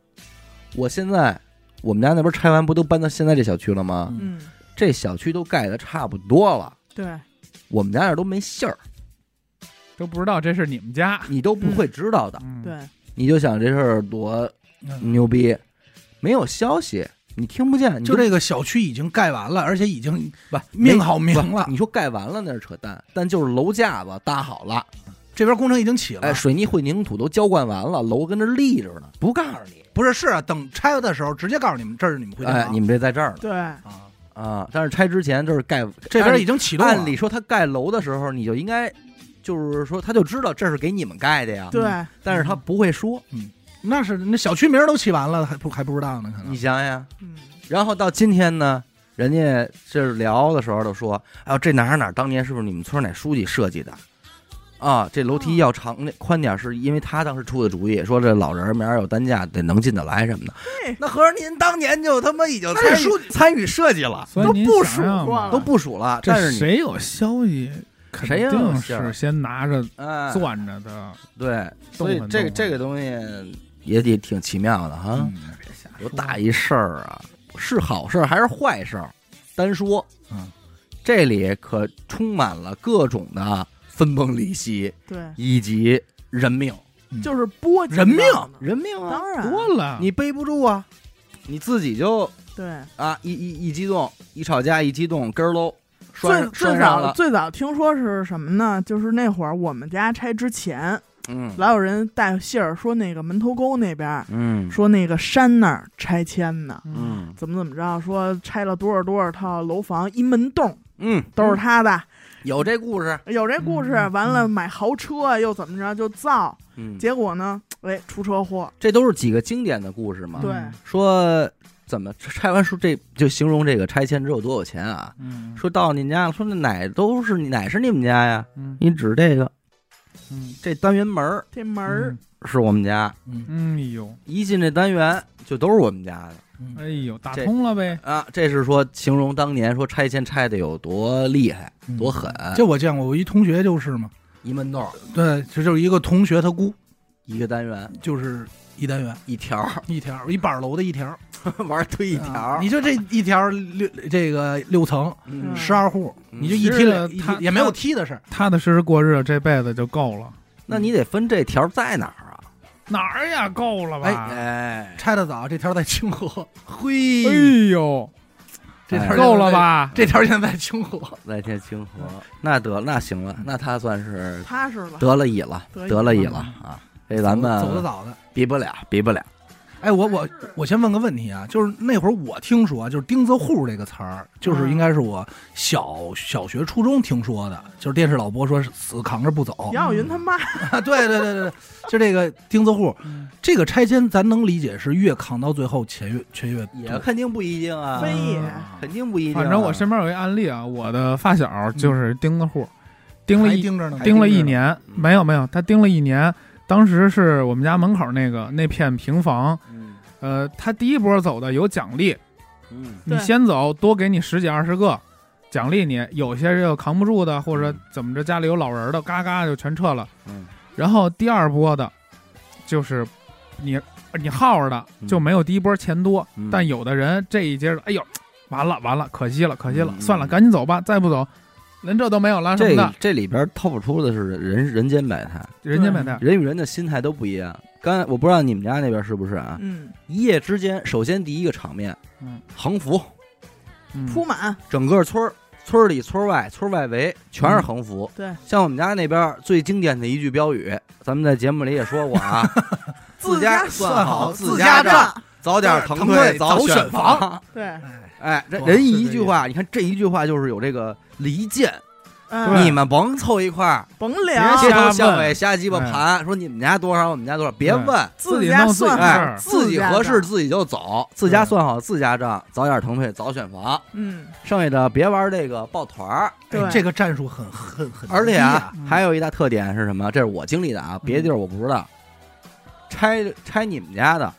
我现在我们家那边拆完不都搬到现在这小区了吗？嗯嗯，这小区都盖的差不多了，对，我们家那儿都没信儿，都不知道这是你们家。你都不会知道的。嗯，对，你就想这事儿多嗯牛逼，没有消息，你听不见，你就这个小区已经盖完了，而且已经不命好明不了，你说盖完了那是扯淡，但就是楼架子搭好了，这边工程已经起了哎，。水泥混凝土都浇灌完了，楼跟这立着呢，不告诉你，不是，是啊，等拆了的时候直接告诉你们，这是你们回家哎，你们这在这儿呢对，啊，啊！但是拆之前就是盖这边已经启启动了。按理说他盖楼的时候，你就应该就是说他就知道这是给你们盖的呀，对，但是他不会说，那是那小区名都起完了，还不还不知道呢，可能你想想，嗯，然后到今天呢，人家这是聊的时候就说，哎呦，这哪儿哪儿当年是不是你们村儿哪书记设计的？啊，这楼嗯梯要长那宽点，是因为他当时出的主意，说这老人儿明儿有担架得能进得来什么的嘿。那合着您当年就他妈已经那参是书与参与设计了，所以都您部想署想过吧了都不数了。但这是你，谁有消息，肯谁有啊定信儿是先拿着哎，攥着的。对，所以动了这个动了这个东西也得挺奇妙的哈，嗯别瞎多大一事儿啊！是好事儿还是坏事儿？单说，嗯，这里可充满了各种的分崩离析对，以及人命，就是波及人命到了人命啊，当然多了，你背不住啊，你自己就对，啊一一一激动，一吵架一激动，根儿喽最拴最拴上早了，最早听说是什么呢？就是那会儿我们家拆之前，嗯老有人带信儿说那个门头沟那边儿，嗯说那个山那儿拆迁呢，嗯，嗯怎么怎么着，说拆了多少多少套楼房，一门洞嗯，都是他的，有这故事，有这故事。嗯完了买豪车又怎么着就造，嗯，结果呢，哎出车祸，这都是几个经典的故事嘛，对说怎么拆完书这就形容这个拆迁之后多有钱啊。嗯，说到你们家了，说那哪都是哪是你们家呀？嗯你指这个嗯这单元门儿这门儿、是我们家，嗯嗯，哎呦，一进这单元就都是我们家的嗯哎呦，打这通了呗，啊！这是说形容当年说拆迁拆的有多厉害、嗯多狠，这我见过，我一同学就是嘛，一门洞对，这就是一个同学他姑，一个单元就是一单元一条儿 一条一板楼的一条玩儿推一条啊儿，你就这一条六这个六层嗯嗯十二户，你就一其梯实两呢一梯啊他也没有他梯的事儿，踏踏实实过日子，这辈子就够了。那你得分这条在哪儿啊？哪儿呀？够了吧？哎，拆的早，这条在清河，哎嘿，呦，这条哎现在够了？吧？这条现在在清河，来天清河，那得那行了，那他算是踏实了，得了乙了，啊得得了乙乙了啊！这咱走得们早的。比不了，比不了。哎，我我我先问个问题啊，就是那会儿我听说，啊就是“钉子户”这个词儿，嗯就是应该是我小小学、初中听说的，就是电视老播说死扛着不走。杨晓云他妈， 对对对对对，就这个钉子户，嗯这个拆迁咱能理解是越扛到最后钱越钱越也多。肯定不一定啊，非也肯定不一定啊、反正我身边有一案例啊，我的发嗯小就是钉子户，钉了还一盯着呢，盯了还一着呢。年，嗯没有没有，他盯了一年。当时是我们家门口那个那片平房，嗯，呃，他第一波走的有奖励，嗯你对先走，多给你十几二十个，奖励你。有些人又扛不住的，或者怎么着家里有老人的，嘎嘎就全撤了。嗯，然后第二波的，就是你你耗着的嗯就没有第一波钱多，嗯但有的人这一接着，哎呦，完了完了，可惜了可惜了，嗯算了，赶紧走吧，再不走，连这都没有了什这个么的，这里边透出的是人人间百态，人家买单。人与人的心态都不一样。刚才我不知道你们家那边是不是啊？嗯，一夜之间，首先第一个场面，嗯，横幅，嗯铺满，整个村儿。村儿里、村儿外、村儿外围全是横幅。对，像我们家那边最经典的一句标语，咱们在节目里也说过啊，自家算好自家账，，早点腾腾退早早选选房房。对哎，这哇人哦是一这句意思话，你看这一句话就是有这个离间，嗯对你们甭凑一块儿，甭别街瞎聊，头问巷尾瞎鸡巴哎盘，说你们家多少，我们家多少，别对问，自己家弄自己算的哎事吧。儿，自己嗯家合适账自己就走，自家对算好自家账，早点腾退，早选房，嗯，剩下的别玩这个抱团儿。对哎，这个战术很很很，而且啊啊，嗯还有一大特点是什么？这是我经历的啊，别的地儿我不知道。拆拆你们家的，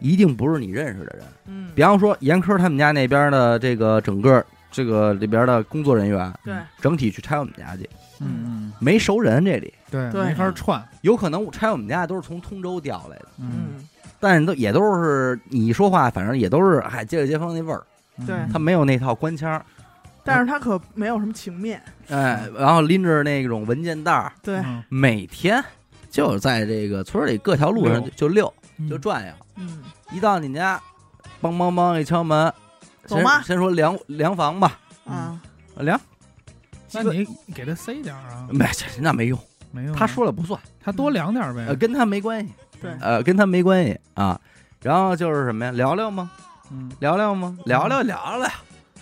一定不是你认识的人。嗯，比方说严科他们家那边的这个整个这个里边的工作人员，对，嗯整体去拆我们家去，嗯嗯，没熟人这里。对，对没法串，有可能拆我们家的都是从通州调来的，嗯，嗯，但是都也都是你说话，反正也都是哎街里街坊那味儿，嗯对嗯他没有那套官腔儿，但是他可没有什么情面，哎，然后拎着那种文件袋儿，对，嗯每天就在这个村儿里各条路上溜就溜嗯就转悠，嗯，一到你家，梆梆梆一敲门，走先吗先说量量房吧，啊，量，那你给他塞点儿啊，嗯没这那没用，没有，他说了不算，他多量点儿呗呃，，跟他没关系，对呃，跟他没关系啊。然后就是什么呀？聊聊吗？嗯，聊聊吗？聊聊聊聊，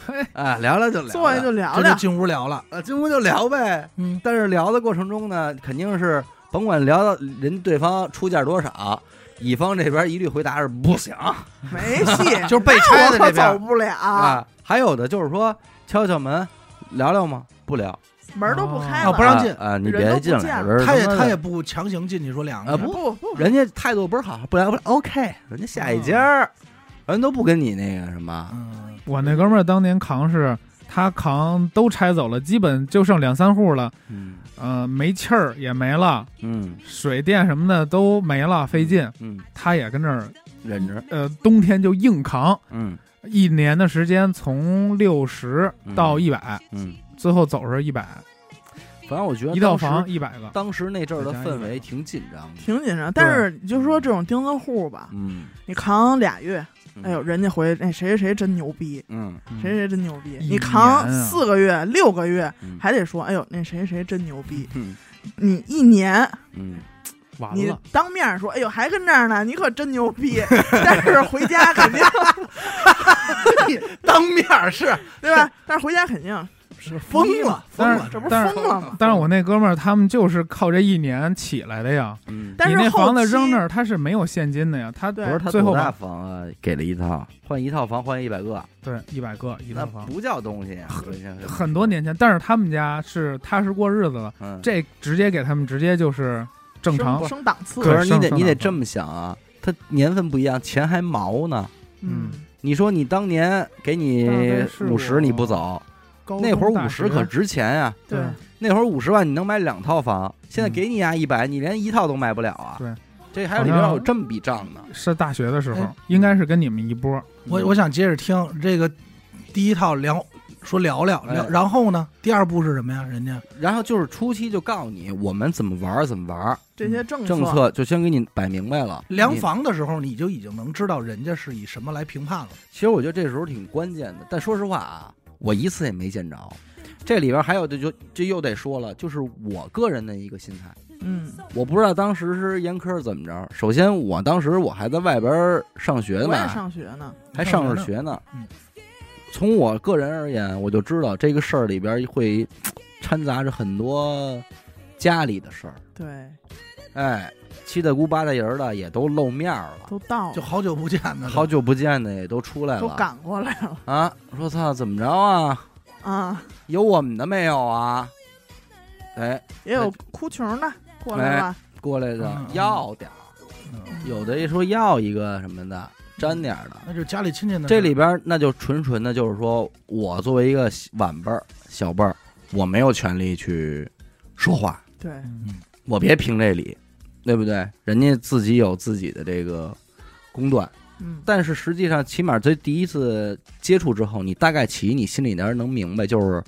嘿，啊，聊聊就聊聊，坐下就聊这就聊，进屋聊了，呃，进屋就聊呗。嗯，但是聊的过程中呢，肯定是甭管聊到人对方出价多少，乙方这边一律回答是不行啊没戏，就是被拆的那我可这走边，不了，还有的就是说敲敲门，聊聊吗？不聊，门都不开哦了，不让进啊、啊你人别都进不来，见人他也妈的他也不强行进去说两呃个，不不不，人家态度倍儿好，不聊不聊，OK，人家下一家儿，人都不跟你那个什么，嗯，我那哥们儿当年扛是，他扛都拆走了，基本就剩两三户了，嗯呃，没气儿也没了，嗯水电什么的都没了，费劲，嗯，他也跟这儿，忍着，呃，冬天就硬扛，嗯一年的时间从六十到一百、嗯，最后走是一百，反正我觉得一套当时房一百个，当时那阵儿的再加一氛百围挺紧张的，挺紧张。但是你就说这种钉子户吧，嗯，你扛俩月，嗯哎呦，，人家回哎谁谁谁真牛逼，嗯谁谁谁真牛逼，一你扛年啊四个月六个月嗯还得说哎呦那谁谁谁真牛逼，嗯你一年嗯，完你了，当面说哎呦还跟这儿呢，你可真牛逼， 但是回家肯定 当面儿是对吧？但是回家肯定是疯了，疯但了是，这这不但是是疯了吗？但是我那哥们儿他们就是靠这一年起来的呀，嗯但你是那后房子期扔那儿他是没有现金的呀，他对不是他最后多大把房啊？给了一套，换一套房换一百个，对一百个一那套房。不叫东西啊，我想想很多，年前，但是他们家是踏实过日子了，嗯，这直接给他们直接就是正常升，升档次，可对是你上得上你得档次这么想啊，它年份不一样，钱还毛呢。嗯嗯你说你当年给你大概是五十，我你不走，高那会儿中大五十学可值钱啊！对对那会儿五十万你能买两套房，现在嗯给你呀一百，你连一套都买不了啊！对，这还有好里边像有这么笔账呢。是大学的时候哎，应该是跟你们一波。我我想接着听这个第一套聊说聊聊哎聊，然后呢，第二步是什么呀？人家然后就是初期就告诉你我们怎么玩儿怎么玩儿，这些政政策就先给你摆明白了。量你房的时候，你就已经能知道人家是以什么来评判了。其实我觉得这时候挺关键的，但说实话啊，我一次也没见着。这里边还有的就这又得说了，就是我个人的一个心态，嗯我不知道当时是严科怎么着。首先，我当时我还在外边上学我也呢，上学呢，还上着学呢。嗯从我个人而言，我就知道这个事儿里边会掺杂着很多家里的事儿，对，哎，七大姑八大姨儿的也都露面儿了，都到了就好久不见呢，好久不见的也都出来都了赶过来了啊！说操，怎么着啊？啊。有我们的没有啊？哎，也有哭穷的过来吧，过来的嗯嗯要点儿，嗯有的一说要一个什么的，沾点儿的。那就家里亲戚呢。这里边儿那就纯纯的，就是说我作为一个晚辈儿、小辈儿，我没有权利去说话，对，嗯我别评这理，对不对？人家自己有自己的这个公断，嗯，但是实际上，起码在第一次接触之后，你大概起你心里边儿能明白，就是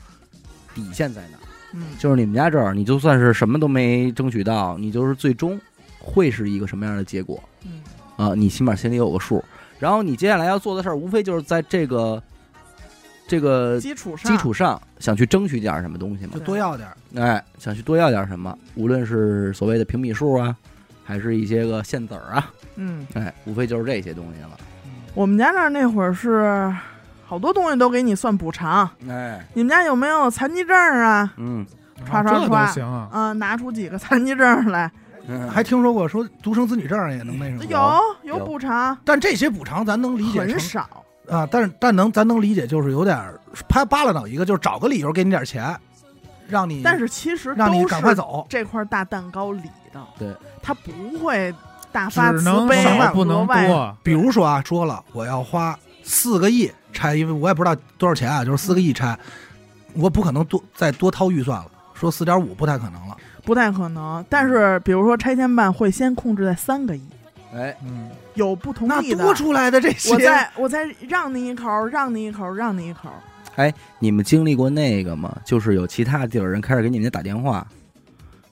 底线在哪儿。嗯，就是你们家这儿，你就算是什么都没争取到，你就是最终会是一个什么样的结果嗯，啊、你起码心里有个数。然后你接下来要做的事儿，无非就是在这个这个基础上，呃基础上想去争取点儿什么东西嘛就，多要点儿，哎，想去多要点儿什么，无论是所谓的平米数啊，还是一些个线子儿啊，嗯，哎，无非就是这些东西了。我们家那儿那会儿是好多东西都给你算补偿，哎，你们家有没有残疾证啊？嗯，刷刷这刷都行啊！嗯、拿出几个残疾证来，嗯还听说过说独生子女证儿也能那什么，有有有补偿，但这些补偿咱能理解很成少。啊，但是但能咱能理解，就是有点儿他扒拉到一个，就是找个理由给你点儿钱，让你但是其嗯实让你都赶快是走，这块大蛋糕里的，对，他不会大只发慈能悲，啊少不能额外多，比如说啊，说了我要花四个亿拆，因为我也不知道多少钱啊，就是四个亿拆，我不可能多再多掏预算了，说四点五不太可能了。不太可能。但是，比如说拆迁办会先控制在三个亿，哎，嗯，有不同那意的多。出来的这些我，再我再让你一口，让你一口，让你一口。你们经历过那个吗？就是有其他地儿人开始给你们家打电话，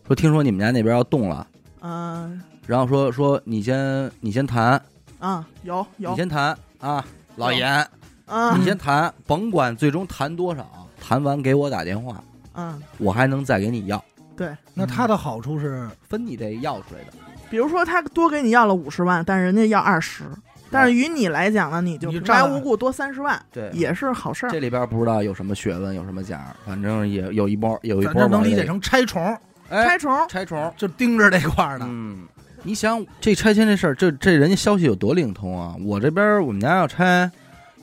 说听说你们家那边要动了，嗯然后说说你先你先谈，啊，有你有，先谈啊，老有严，你嗯先谈，甭管最终谈多少，谈完给我打电话，嗯，我还能再给你要，对。那它的好处是，分你这药水的。比如说他多给你要了五十万，但人家要二十，但是于你来讲呢，你就你平占白了无故多三十万，对，也是好事儿。这里边不知道有什么学问，有什么讲，反正也有一波有一反波正能往理这解成拆虫，哎拆虫儿，拆虫，就盯着这块儿的。嗯。你想这拆迁这事儿，这这人家消息有多灵通啊！我这边我们家要拆，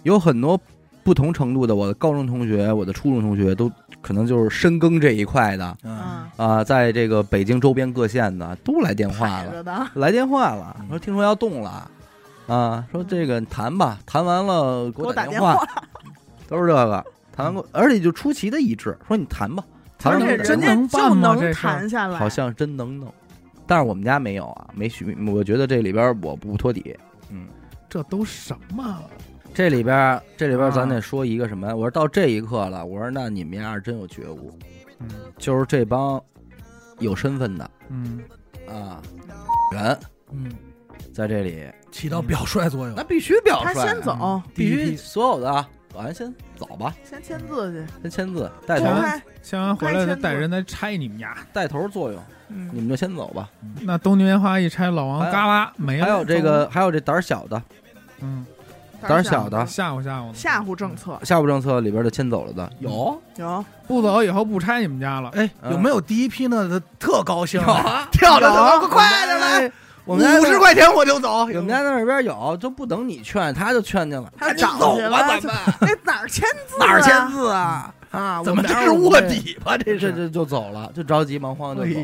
有很多不同程度的，我的高中同学、我的初中同学都可能就是深耕这一块的嗯，啊、在这个北京周边各县的都来电话摆了，着的，来电话了嗯，说听说要动了，啊，说这个谈吧，谈完了给给我我打电电话，话。都是这个谈完过，而且就出奇的一致，说你谈吧，而谈完且这了人真家能办就吗能这事儿谈下来，好像真能弄，但是我们家没有啊，没许，我觉得这里边我不托底，这都什么？这里边这里边啊咱得说一个什么呀？我说到这一刻了，我说那你们家是真有觉悟，嗯就是这帮有身份的嗯，啊人嗯，在这里，起到表率作用那。必须表他率，先走，必须所有的啊，咱先走吧，先签字去，先签字，带公头咱开，下完回来再带人来拆你们家。带头作用，你嗯，们就先走吧。那东京棉花一拆，老王嘎啦没了。还有这个，还有这胆儿小的，嗯，胆儿小啊的吓唬吓唬你，吓唬政策下部政策里边的迁走了的有，有不走以后不拆你们家 了。哎，有没有第一批呢？他特高兴，啊，跳着有啊跳着，快点来，，我们家五十块钱我就走。我们家那边有，就不等你劝，他就劝去了。他赶找紧走去吧，咱了，们那哪儿签字？哪儿签？字啊？啊怎么这是卧？底吧？这这这是。这就走了，就着急忙哎慌就走。呦，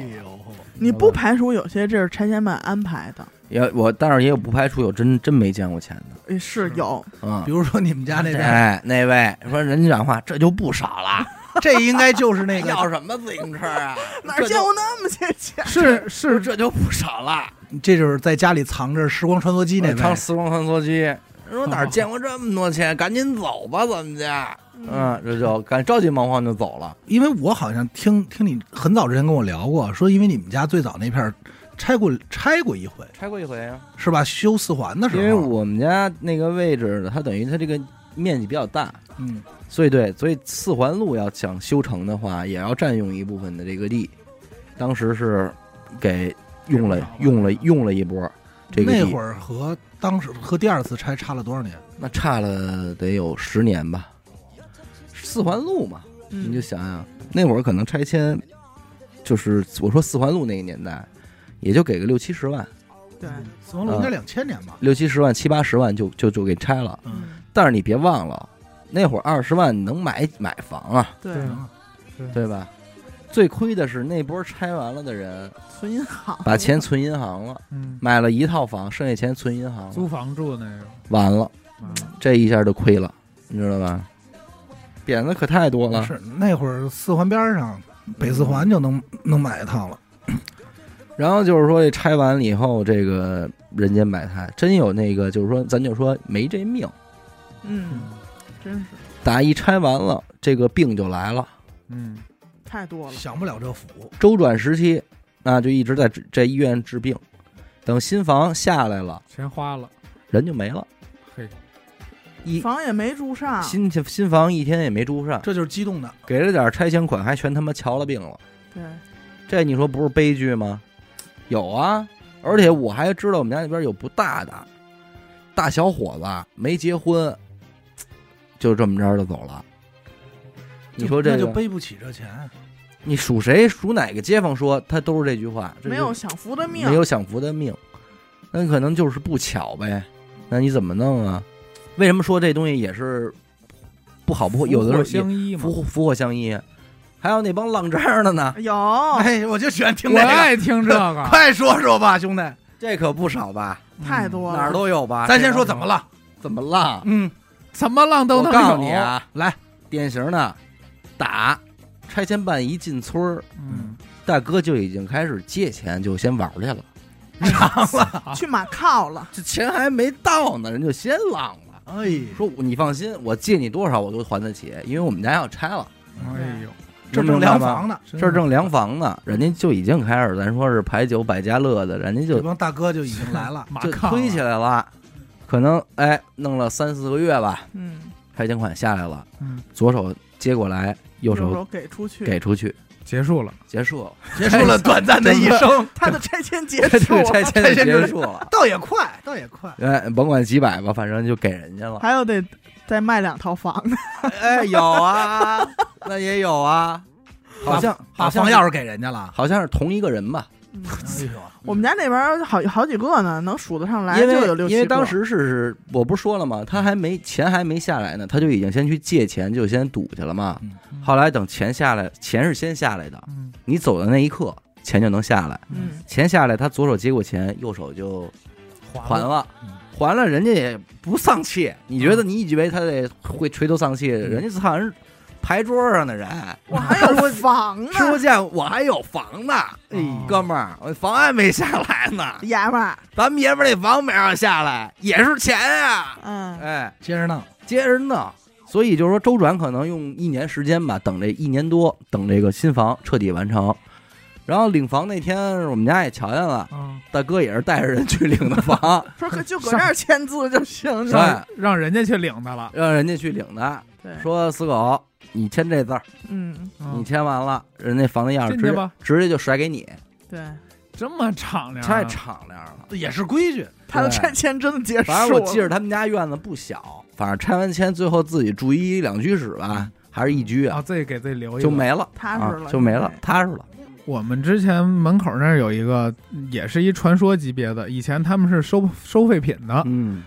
你不排除有些这是拆迁办安排的， 也我，但是也有不排除有真真没见过钱的。也是是有，嗯比，如说你们家那边，哎，那位说人家讲话，这就不少了。这应该就是那个要什么自行车 啊？哪儿见过那么些钱？是是，这就不少了。这就是在家里藏着时光穿梭机那唱位，时光穿梭机，说哪儿见过这么多钱？赶紧走吧，咱们家。嗯，这就赶着急忙慌就走了。因为我好像听听你很早之前跟我聊过，说因为你们家最早那片儿拆过拆过一回，拆过一回啊，是吧？修四环的时因候，为我们家那个位置，它等于它这个面积比较大，嗯，所以对，所以四环路要想修成的话，也要占用一部分的这个地。当时是给用了用了用了一波这个地，那会儿和当时和第二次拆差了多少年？那差了得有十年吧。四环路嘛，嗯你就想想那会儿可能拆迁，就是我说四环路那个年代，也就给个六七十万，对，四啊环路应该两千年吧？六七十万七八十万就就就给拆了。嗯，嗯但是你别忘了，那会儿二十万能买买房啊，对，嗯对吧？最亏的是那波拆完了的人，存银 行把钱存银行了，嗯，买了一套房，剩下钱存银行了，租房住的那种。完了，完了这一下就亏了，你知道吧？点子可太多了，是那会儿四环边儿上北四环就能能买一套了。然后就是说这拆完了以后，这个人间百态，真有那个就是说，咱就说没这命，嗯，真是打一拆完了，这个病就来了，嗯，太多了，享不了这福。周转时期，那就一直在这医院治病，等新房下来了，钱花了，人就没了，嘿，一房也没住上，新新房一天也没住上，这就是激动的，给了点拆迁款，还全他妈瞧了病了。对，这你说不是悲剧吗？有啊，而且我还知道我们家那边有不大的，大小伙子没结婚，就这么着就走了。你说这那就个背不起这钱，你数谁数哪个街坊说，他都是这句话，这就没有享福的命没，有享福的命，那可能就是不巧呗。那你怎么弄啊？为什么说这东西也是不好不有的时候福祸相依也嘛， 福福祸相依？还有那帮浪这儿的呢，有哎，我就喜欢听我这个，爱听这 个。快说说吧，兄弟，这可不少吧？嗯太多了，哪儿都有吧？咱先说怎么了。怎么浪？嗯，怎么浪都我能告有诉你，啊，来，典型的打拆迁办一进村儿，嗯，大哥就已经开始借钱，就先玩儿去了。嚷了。去马靠了，这钱还没到呢，人就先浪了。哎，说你放心，我借你多少我都还得起，因为我们家要拆了，哎呦，这能明白正量吗房呢，嗯真这的。正量房呢，人家就已经开始，咱说是牌九百家乐的，人家这就帮大哥就已经来了 马就抗推起来了，可能哎弄了三四个月吧，嗯，拆迁款下来了，嗯，左手接过来，右有手给出去，给出去，结束了。结束了， 结束了短暂的一生，他的拆迁结这束个 了，拆迁就拆迁就结是束了，。倒也快，倒也快 哎，甭管几百吧，反正就给人家了。还有得再卖两套房呢，哎，有啊，那也有啊， 好像把好像房是钥匙给人家了。好像是同一个人吧，嗯哎呦，我们家那边好好几个呢，能数得上因来就为有六七因个。嗯为当时是是，我不是说了吗？他还没钱还没下来呢，他就已经先去借钱，就先赌去了嘛。嗯后来等钱下来，钱是先下来的，嗯，你走的那一刻，钱就能下来。嗯，钱下来，他左手接过钱，右手就还了，了嗯，还了，人家也不丧气。你觉得嗯你以为他得会垂头丧气？人家好像是牌桌上的人，我还有房呢，吃不见我还有房呢，哎呦哥们儿，我房还没下来呢，爷们儿，咱们爷们儿那房没让下来，也是钱啊，嗯，哎，接着弄。接着弄。所以就是说，周转可能用一年时间吧，等这一年多，等这个新房彻底完成。然后领房那天，我们家也瞧见了，啊，大哥也是带着人去领的房，说可就搁这儿签字就行，上让让人家去领的了。让人家去领的。对，说死狗，你签这字儿，嗯，你嗯，签完了，人家房的钥匙进直去接吧啊直接就甩给你，对，这么敞亮啊，太敞亮了。也是规矩，他的对拆迁真的结束反了。正我记着他们家院子不小，反正拆完迁最后自己住一两居室吧，还是一居啊，啊，自己给自己嗯留一个就。没了，踏实了啊就没了对，踏实了。我们之前门口那儿有一个，也是一传说级别的，以前他们是收收废品的，嗯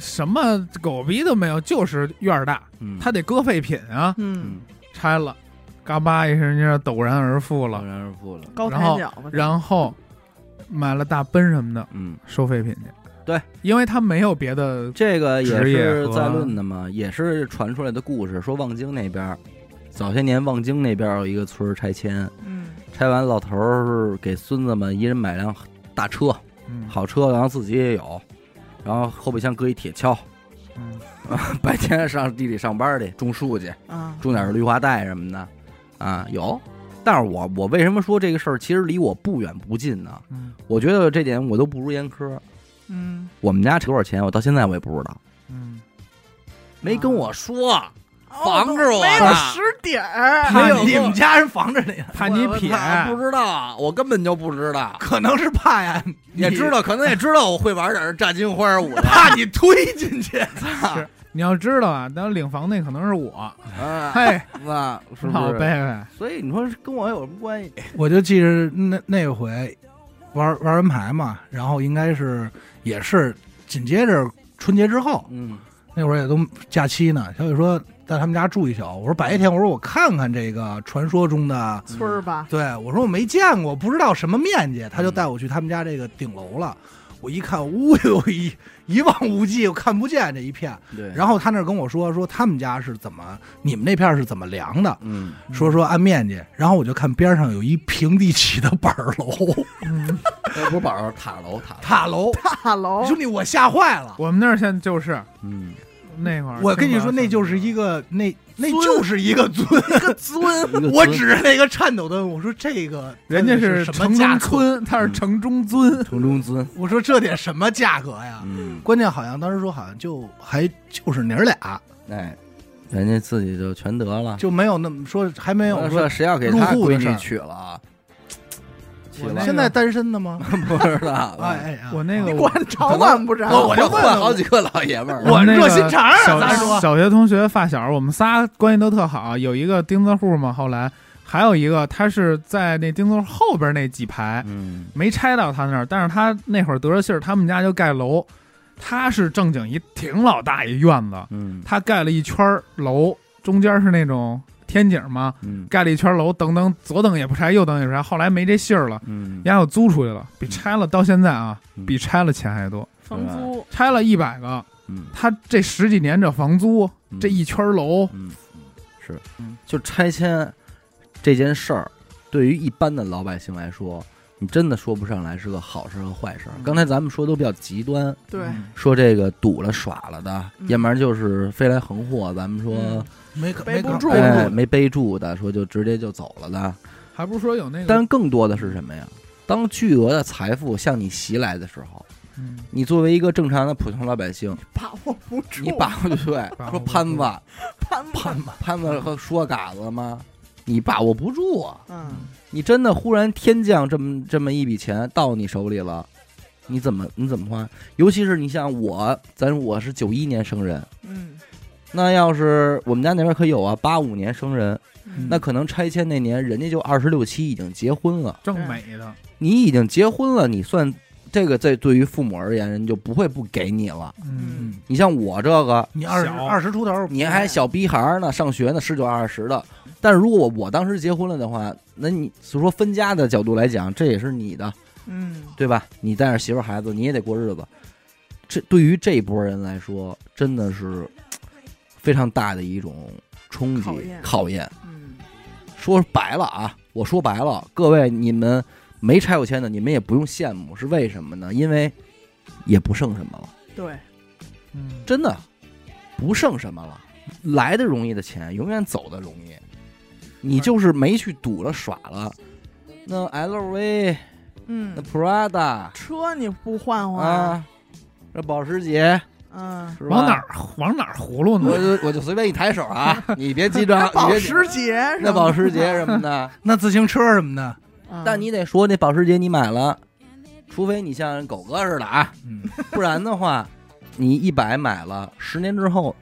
什么狗逼都没有，就是院儿大，嗯，他得搁废品啊，嗯，拆了，嘎巴一声，人家陡然而富老了，然而富了，高抬然后脚吧，然后买了大奔什么的嗯。收废品去。对，因为他没有别的，这个也职业是和在论的嘛，也是传出来的故事。说望京那边儿，早些年望京那边儿有一个村儿拆迁，嗯，拆完老头儿是给孙子们一人买辆大车，嗯，好车，然后自己也有，然后后备箱搁一铁锹， 嗯，白天上地里上班去，种树去，啊，种点绿化带什么的，啊，有。但是我我为什么说这个事儿其实离我不远不近呢？嗯我觉得这点我都不如严苛。嗯，我们家多少钱，我到现在我也不知道，嗯，没跟我说。防着哦我没有呢实底儿，没有 你们家人防着你，怕你我撇，我不知道，我根本就不知道，可能是怕呀，也知道，可能也知道我会玩点炸金花舞的。怕你推 进去。你要知道啊，当时领房那可能是我，哎， 嘿，那是老不贝是？贝，所以你说是跟我有什么关系？我就记着那那回玩玩完牌嘛，然后应该是也是紧接着春节之后，嗯那会儿也都假期呢。小雨说在他们家住一宿，我说白天，我说我看看这个传说中的，村儿吧，对我说我没见过，不知道什么面积，他就带我去他们家这个顶楼了。我一看，呜呦，一一望无际，我看不见这一片。对，后然后他那儿跟我说说他们家是怎么，你们那片儿是怎么量的，嗯，嗯说说按面积。然后我就看边上有一平地起的板儿 楼，嗯，那不是宝塔楼塔楼，塔楼，大楼，兄弟，我吓坏了。我们那儿现在就是嗯，那会儿，我跟你说，那就是一个，个那那尊就是一个尊，个尊，一个我村指着那个颤抖的，我说这个 人家是什么城价中格？村，他是城中尊，城中尊，我说这得什么价格呀？嗯，关键好像当时说好像就还就是娘儿啊俩，哎，人家自己就全得了，就没有那么说还没没有说说谁要给他入户闺的事儿女娶了 啊，娶我了那现在单身的吗？不知道哎了，哎哎，我那个你管着管不着，我我这就问换好几个老爷们儿了，我那个热心肠儿，啊小咱说小学同学发小，我们仨关系都特好，有一个钉子户嘛，后来还有一个他是在那丁字路后边那几排嗯没拆到他那儿，但是他那会儿得了信儿，他们家就盖楼，他是正经一挺老大一院子，嗯他盖了一圈儿楼，中间是那种天井嘛，嗯盖了一圈儿楼，等等左等也不拆，右等也不拆，后来没这信儿了。嗯，家又租出去了，比拆了到现在啊，嗯比拆了钱还多。房租拆了一百个，嗯他这十几年这房租，这一圈楼，嗯是嗯，就拆迁这件事儿，对于一般的老百姓来说，你真的说不上来是个好事和坏事儿。嗯刚才咱们说都比较极端，对，说这个赌了耍了的，嗯要不然就是飞来横祸，咱们说嗯没搞背没不搞住哎没背住的，说就直接就走了的。嗯哎还不是说有那个，但更多的是什么呀？当巨额的财富向你袭来的时候，嗯你作为一个正常的普通老百姓，把握不住，你 把握住对把握说不潘 住子，攀潘子，潘子和说嘎子吗？你把握不住啊！嗯，你真的忽然天降这么这么一笔钱到你手里了，你怎么你怎么花？尤其是你像我，咱我是九一年生人，嗯，那要是我们家那边可有啊，八五年生人，嗯那可能拆迁那年人家就二十六七已经结婚了，正美的，你已经结婚了，你算这个在对于父母而言，人就不会不给你了。嗯，你像我这个，你二十小二十出头，你还小逼孩儿呢，上学呢，十九二十的。但如果我我当时结婚了的话，那你所以说分家的角度来讲，这也是你的，嗯，对吧？你带着媳妇儿孩子，你也得过日子。这对于这波人来说，真的是非常大的一种冲击考验考验。嗯，说白了啊，我说白了，各位你们没拆过迁的，你们也不用羡慕，是为什么呢？因为也不剩什么了，对，嗯，真的不剩什么了。来的容易的钱，永远走的容易。你就是没去赌了耍了，那 LV、那嗯， Prada 车你不换换，啊，这保时捷嗯，是吧？往哪儿往哪儿葫芦我呢？就我就随便一抬手啊，你别记账，你保别记时捷什么的，那保时捷什么的，那自行车什么啊的，嗯，但你得说那保时捷你买了，除非你像狗哥似的啊，嗯， 不然的话，你一百买了，十年之后，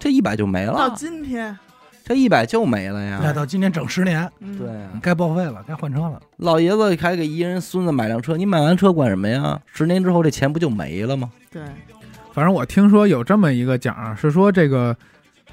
这一百就没到了，今天，这一百就没了那呀。到今年整十年，嗯对，啊，该报废了，该换车了。老爷子还给一人孙子买辆车，你买完车管什么呀？十年之后这钱不就没了吗？对，反正我听说有这么一个讲啊，是说这个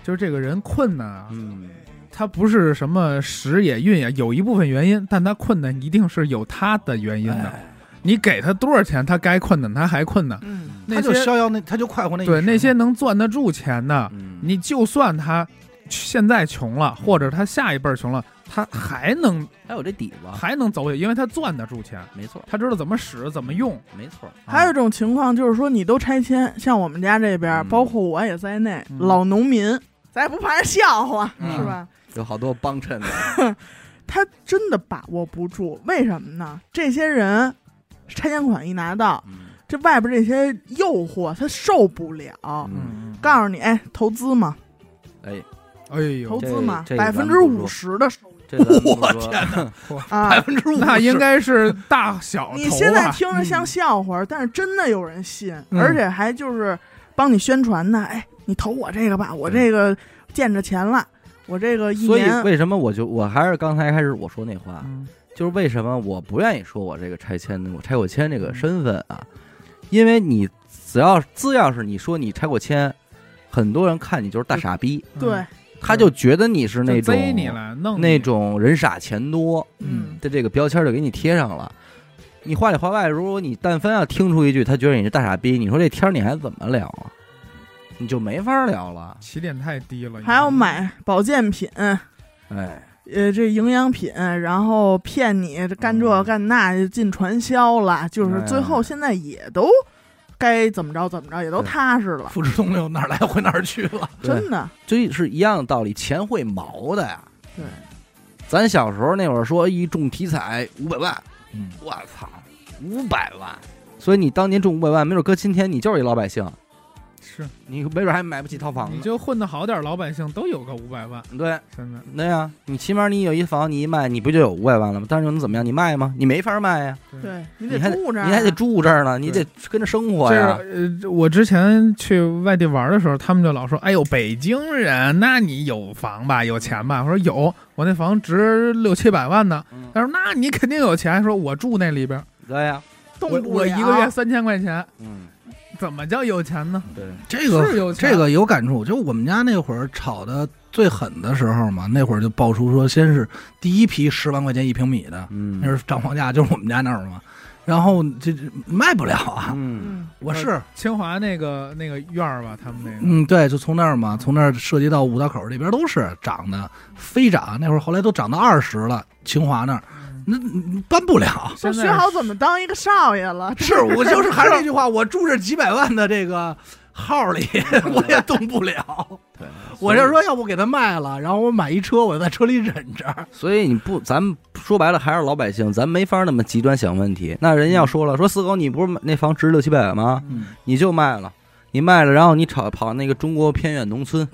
就是这个人困难啊，嗯，他不是什么时也运也，有一部分原因，但他困难一定是有他的原因的。你给他多少钱，他该困难他还困难。嗯，那他就些逍遥那，他就快活那一对时那些能攥得住钱的，嗯你就算他现在穷了，或者他下一辈儿穷了，他还能还有这底子，还能走下去，因为他攥得住钱，没错，他知道怎么使怎么用。没错，啊还有一种情况就是说，你都拆迁，像我们家这边，嗯包括我也在内，嗯老农民，咱也不怕人笑话，嗯是吧？有好多帮衬的，他真的把握不住，为什么呢？这些人拆迁款一拿到，嗯这外边这些诱惑他受不了。嗯，嗯，告诉你，哎，投资嘛，哎，哎投呦，资嘛这，这百咱分们之不五说十 的收益这咱们不我说天啊百。分 之五，那应该是大哦小头啊。你现在听着像嗯笑话，但是真的有人信，嗯而且还就是帮你宣传呢。哎，你投我这个吧，我这个见着钱了，我这个一所以年为什么我就我还是刚才开始我说那话，嗯就是为什么我不愿意说我这个拆迁我拆过迁这个身份啊？因为你只要只要是你说你拆过迁，很多人看你就是大傻逼，对，，他就觉得你是嗯那就种贼你了，弄你那种人傻钱多嗯的这个标签就给你贴上了。你话里话外，如果你但凡要听出一句他觉得你是大傻逼，你说这天儿你还怎么聊啊？你就没法聊了。起点太低嗯了。还要买保健品，哎，呃，这营养品，然后骗你这干这嗯干那，就进传销了，就是哎最后现在也都该怎么着怎么着，也都对踏实了，付之东流，哪儿来回哪儿去了？对真的，这是一样的道理，钱会毛的呀。对，咱小时候那会儿说一中体彩五百万，嗯，我操，五百万！所以你当年中五百万，没准搁今天你就是一老百姓，是，你没准还买不起套房你呢。就混得好点儿，老百姓都有个五百万，对，真的。对呀、你起码你有一房，你一卖，你不就有五百万了吗？但是又能怎么样？你卖吗？你没法卖呀、对你嗯你得还得住这儿，啊你还得住这儿呢，你得跟着生活这呀。是呃，我之前去外地玩的时候，他们就老说：“哎呦，北京人，那你有房吧，有钱吧？”我说：“有，我那房值六七百万呢。嗯”他说：“那你肯定有钱。”说：“我住那里边，对呀、动我不我了一个月三千块钱，嗯，怎么叫有钱呢？对，这个是有钱这个有感触，就我们家那会儿炒的最狠的时候嘛，那会儿就爆出说，先是第一批十万块钱一平米的，嗯那是涨房价，就是我们家那会儿嘛，然后这这卖不了啊，嗯，嗯，我是。清华那个那个院儿吧，他们那个，嗯，对，就从那儿嘛，从那儿涉及到五道口这边都是涨的，飞涨。那会儿后来都涨到二十了，清华那儿那那搬不了。现都在学好怎么当一个少 爷了，是我就是还是那句话，我住这几百万的这个号里， 我也动不了。 对。我就说，要不给他卖了，然后我买一车，我在车里忍着。所以你不，咱们说白了还是老百姓，咱没法那么极端想问题。那人要说了，说四狗你不是那房值六七百吗？嗯，你就卖了，你卖了，然后你炒跑那个中国偏远农村，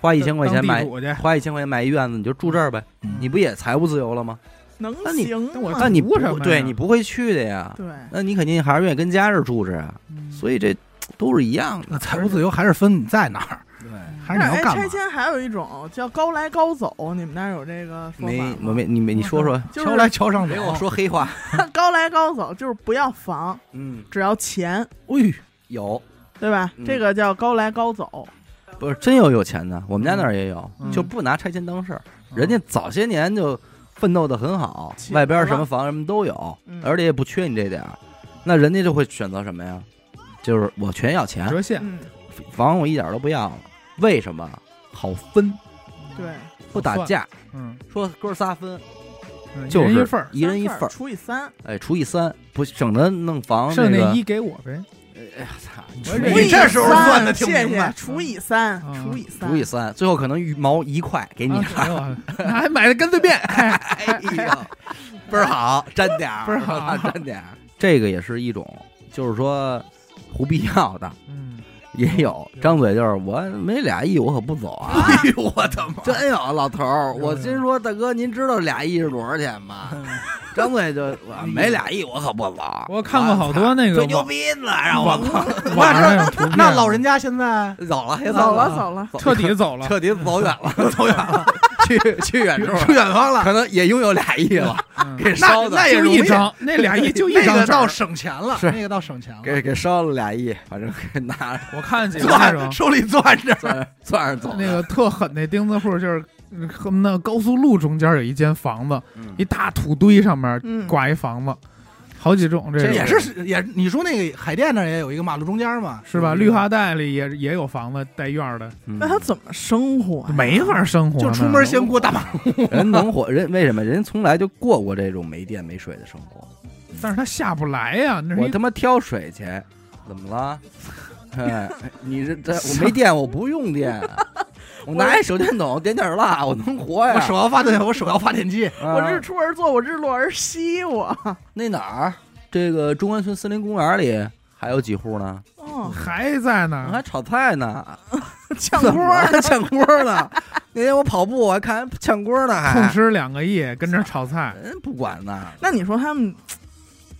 花一千块钱当地买，主去，花一千块钱买一院子，你就住这儿呗，你不也财务自由了吗？能那你行那我吗那你不图什么呀对你不会去的呀，对，那你肯定还是愿意跟家这儿住着啊。所以这都是一样的。 那财务自由还是分你在哪儿，对，还是但你是哎，要干嘛拆。迁还有一种叫高来高走，你们那儿有这个说没法吗？我没你没你说说，就桥来是桥上走，别跟我说黑话。 高来高走，就是不要房，嗯，只要钱，哎，有对吧？嗯这个叫高来高走，不是真有有钱的，我们家那儿也有，嗯就不拿拆迁当事儿。嗯人家早些年就奋斗的很好，起外边来了什么房什么都有，嗯而且也不缺你这点儿。那人家就会选择什么呀？就是我全要钱，折现，嗯，房我一点儿都不要了。为什么？好分，对，不打算架。嗯，说哥仨分，嗯就一是人一份儿，一人一份三儿，除以三，哎，除以三，不省得弄房剩那个那一给我呗。哎呀， 操！我除以你这时候三算得挺谢明白谢，除以三，嗯除以三，除以三，最后可能一毛一块给你啊了。给我了那还买的干脆面，哎呀，倍儿好，沾点儿，啊倍儿好沾点儿。这个也是一种，就是说胡必要的嗯，也有，张嘴就是我没俩亿我可不走啊。哎呦我的妈！真有老头儿，嗯我心说大哥，您知道俩亿是多少钱吗？ 张嘴就我没俩亿，我可不走。啊我看过好多那个吹牛逼呢，让我网上有图片啊那老人家现在 走了，也 走了，了走了，走彻底 走了，彻底走远了，走远了，去去远处了，去远方 了，可能也拥有俩亿了，嗯给烧的那。也就容易一张，那 俩一就一那张个照倒儿。省钱了，是那个倒省钱了。给给烧了俩亿，反正给拿着我 看几个那攥种手里攥着，攥着攥着走。那个特狠那钉子户，就是嗯恨不得高速路中间有一间房子，嗯一大土堆上面嗯，挂一房子，好几种这这种也是也你说那个海淀那儿也有一个马路中间嘛，是吧？绿化带里也也有房子带院儿的，嗯那他怎么生活呀？没法生活呢，就出门先过大马路。人能火，人为什么人从来就过过这种没电没水的生活？但是他下不来呀，那 我是一他妈挑水去，怎么了？ 哎，你这这我 没电，我不用电，啊我拿一手电筒点点蜡，我能活呀我！手摇发电，我手摇发电机，啊我日出而作，我日落而息， 我那哪儿？这个中关村森林公园里还有几户呢？哦，还在呢嗯还，炒菜呢，炝锅儿， 呢，炝锅儿呢。那天我跑步，我还看炝锅儿呢， 痛还哎失两个亿，跟这儿炒菜。人不管呢。那你说他们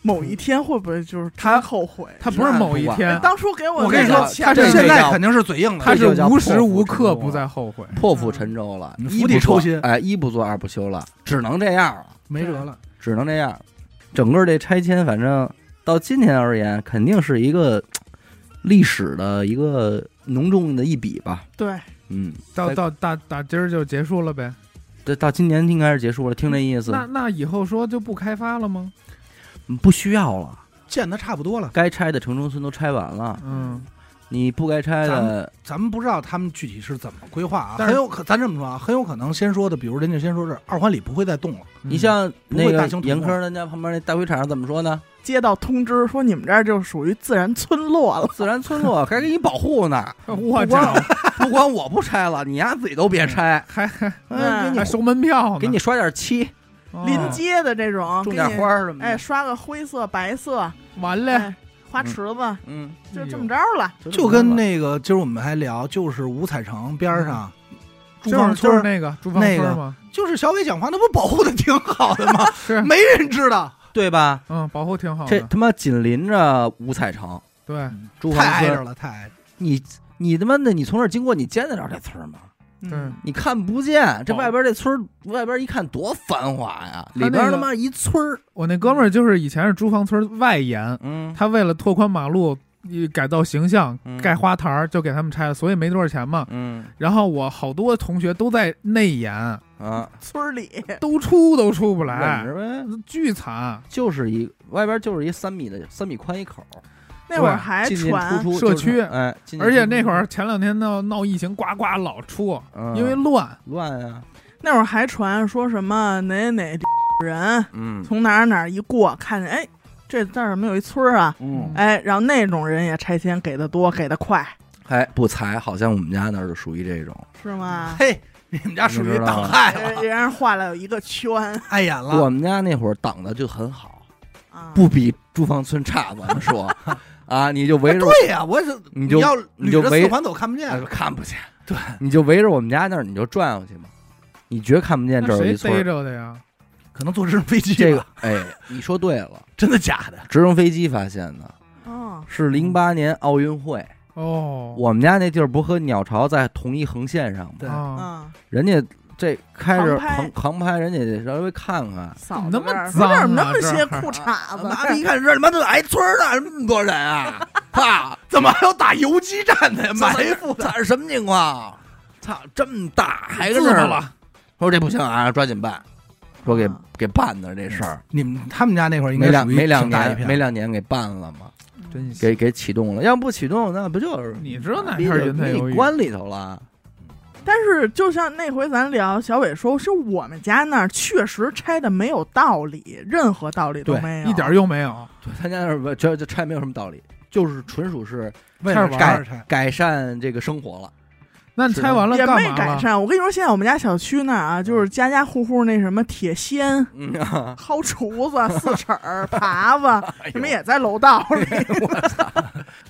某一天会不会就是他后悔？他不是某啊一天，当初给我我跟你那个说这钱这个现在叫肯定是嘴硬了他。是这就叫无破时釜无沉刻舟啊哎不在后悔。破釜沉舟了，嗯一釜不底抽做薪哎，一不做二不休了，只能这样了，没辙了，只能这样。整个这拆迁，反正到今天而言，肯定是一个嘖历史的一个浓重的一笔吧。对，嗯，到在到打打今儿就结束了呗？这到今年应该是结束了，听这意思，嗯那那以后说就不开发了吗？嗯不需要了。建的差不多了。该拆的城中村都拆完了，嗯，你不该拆咱的，咱们不知道他们具体是怎么规划啊，但是很有可咱这么说啊，很有可能先说的，比如人家先说是二环里不会再动了，你像那嗯不会个大兴土木严科人家旁边那大灰厂怎么说呢？接到通知说你们这儿就属于自然村落 了，自然村落还给你保护呢，嗯我不光操， 不光我不拆了，你丫自己都别拆，嗯还还哎给你还收门票呢，给你刷点漆，哦临街的这种，种给点你哎花，儿什么的。哎，刷个灰色、白色，完嘞，哎，花池子，嗯，就这么着了。就跟那个今儿我们还聊，就是五彩城边儿上，嗯住就是房就村是儿，那个住房村嘛，就是小伟讲话，那不保护的挺好的 吗？是没人知道，对吧？嗯，保护挺好这的，他妈紧邻着五彩城、对，朱太嗯黄挨村，着了，太挨着了。你你他妈的，你从这儿经过，你见得着这村儿吗？嗯对你看不见，这哦外边这村儿，外边一看多繁华呀，那里边个他妈一村儿，我那哥们儿就是以前是住房村外延，嗯，他为了拓宽马路。一改造形象嗯，盖花坛儿就给他们拆了，所以没多少钱嘛。嗯然后我好多同学都在内延，啊，村儿里都出都出不来忍，着呗，巨惨。就是一外边就是一三米的三米宽一口，那会儿对还进进传出出社就是区哎，进进而且那出会出儿前两天闹闹疫情，呱呱老出，嗯因为乱。乱啊，那会儿还传说什么哪哪哪人嗯从哪儿哪儿一过，看见哎这这儿怎么有一村儿啊？嗯，哎，然后那种人也拆迁给的多，给的快，哎，不才，好像我们家那儿就属于这种，是 吗？嘿，你们家属你于知道党吗派人了，人家画了有一个圈碍眼了。我们家那会儿挡的就很好，嗯啊，不比住房村差，咱们 说啊，你就围着我哎对呀，我是你就要你捋就着围四环走看不见哎，看不见， 对，你就围着我们家那儿你就转过去嘛，你绝看不见这那儿有谁一村逮儿。着的呀？可能坐直升飞机吧。这个哎，你说对了，真的假 的？直升飞机发现的哦，是零八年奥运会，嗯哦，我们家那地儿不和鸟巢在同一横线上吗？对啊，嗯，人家这开着航拍航航拍，人家得稍微看看。嫂子怎么那么这儿啊嗯怎么脏啊那么这些儿裤衩子？妈的，一看这他妈的挨村儿的这么多人啊！啊，怎么还有打游击战 的呀？埋伏的，操，是什么情况？操，这么大还自跟这儿爆？了，说这不行啊，抓紧办。说给啊给办的这事儿，你们他们家那会儿嗯应没该两属于没两挺大一年片没两年给办了吗？真行。给给启动了，要不启动那不就是你知道哪逼片儿就云彩给有你雨？关里头了？ 但是就像那回咱聊，小伟说，是我们家那儿确实拆的没有道理，任何道理都对没有，一点儿用没有。对，他家那儿不这这拆没有什么道理，就是纯属是为了了玩儿拆拆，改善这个生活了。那拆完了也干没嘛改了？善。我跟你说，现在我们家小区那儿啊，就是家家户户那什么铁锨、嗯，薅厨子、四 尺儿、耙子，哎呦什么也在楼道里。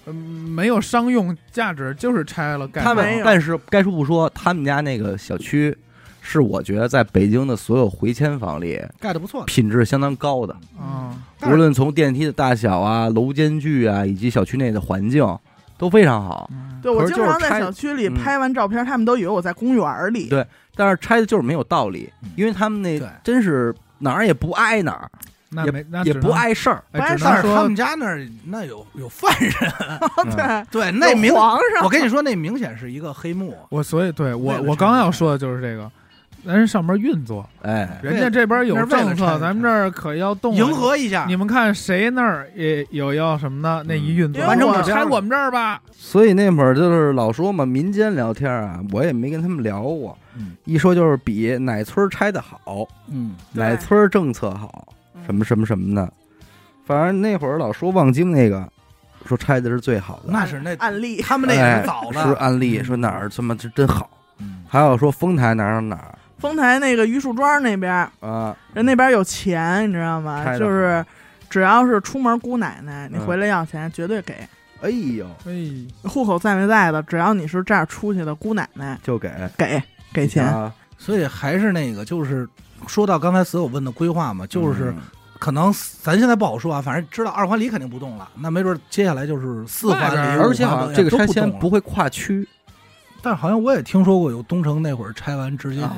嗯没有商用价值，就是拆了盖他房。们，但是该说不说，他们家那个小区是我觉得在北京的所有回迁房里盖的不错的。品质相当高的，啊，但无是论从电梯的大小啊、楼间距啊，以及小区内的环境都非常好。嗯 对我可是就经是常在拆小区里嗯拍完照片，他们都以为我在公园儿里。 对但是拆的就是没有道理嗯，因为他们那对真是哪儿也不挨哪儿，那没那也只不能，碍事儿。哎不碍只事能但是他说们家那儿那有有犯人，嗯 嗯对，对，那有明皇啊上我跟你说，那明显是一个黑幕。我所以对为我了拆我刚了要拆说的就是这个，咱上面运作，哎，人家这边有那是为了政拆策，了咱们这拆儿可要动了迎合一下你，们看谁那儿也有要什么的，那一运作，因为我我拆我们这儿吧。所以那会儿就是老说嘛，民间聊天啊，我也没跟他们聊过。嗯一说就是比哪村儿拆的好，嗯，对哪村儿政策好，什么什么什么的。反正那会儿老说望京那个，说拆的是最好的，那是那案例 他们那也是早哎是了。案例，嗯说哪儿他妈这真好。嗯还有说丰台哪儿哪儿丰台那个榆树庄那边儿，哪儿啊，人那边有钱，你知道拆吗？得就是只要是出门姑奶奶，你嗯回来要钱绝对给。哎呦，哎，户口在没在的，只要你是这样出去的姑奶奶，就给给给钱。啊，所以还是那个，就是说到刚才所有问的规划嘛，就是嗯可能咱现在不好说啊，反正知道二环里肯定不动了，那没准接下来就是四环外边里，儿而且好像这个都拆不迁动了不，啊会跨区，但是好像我也听说过有东城那会儿拆完直接就啊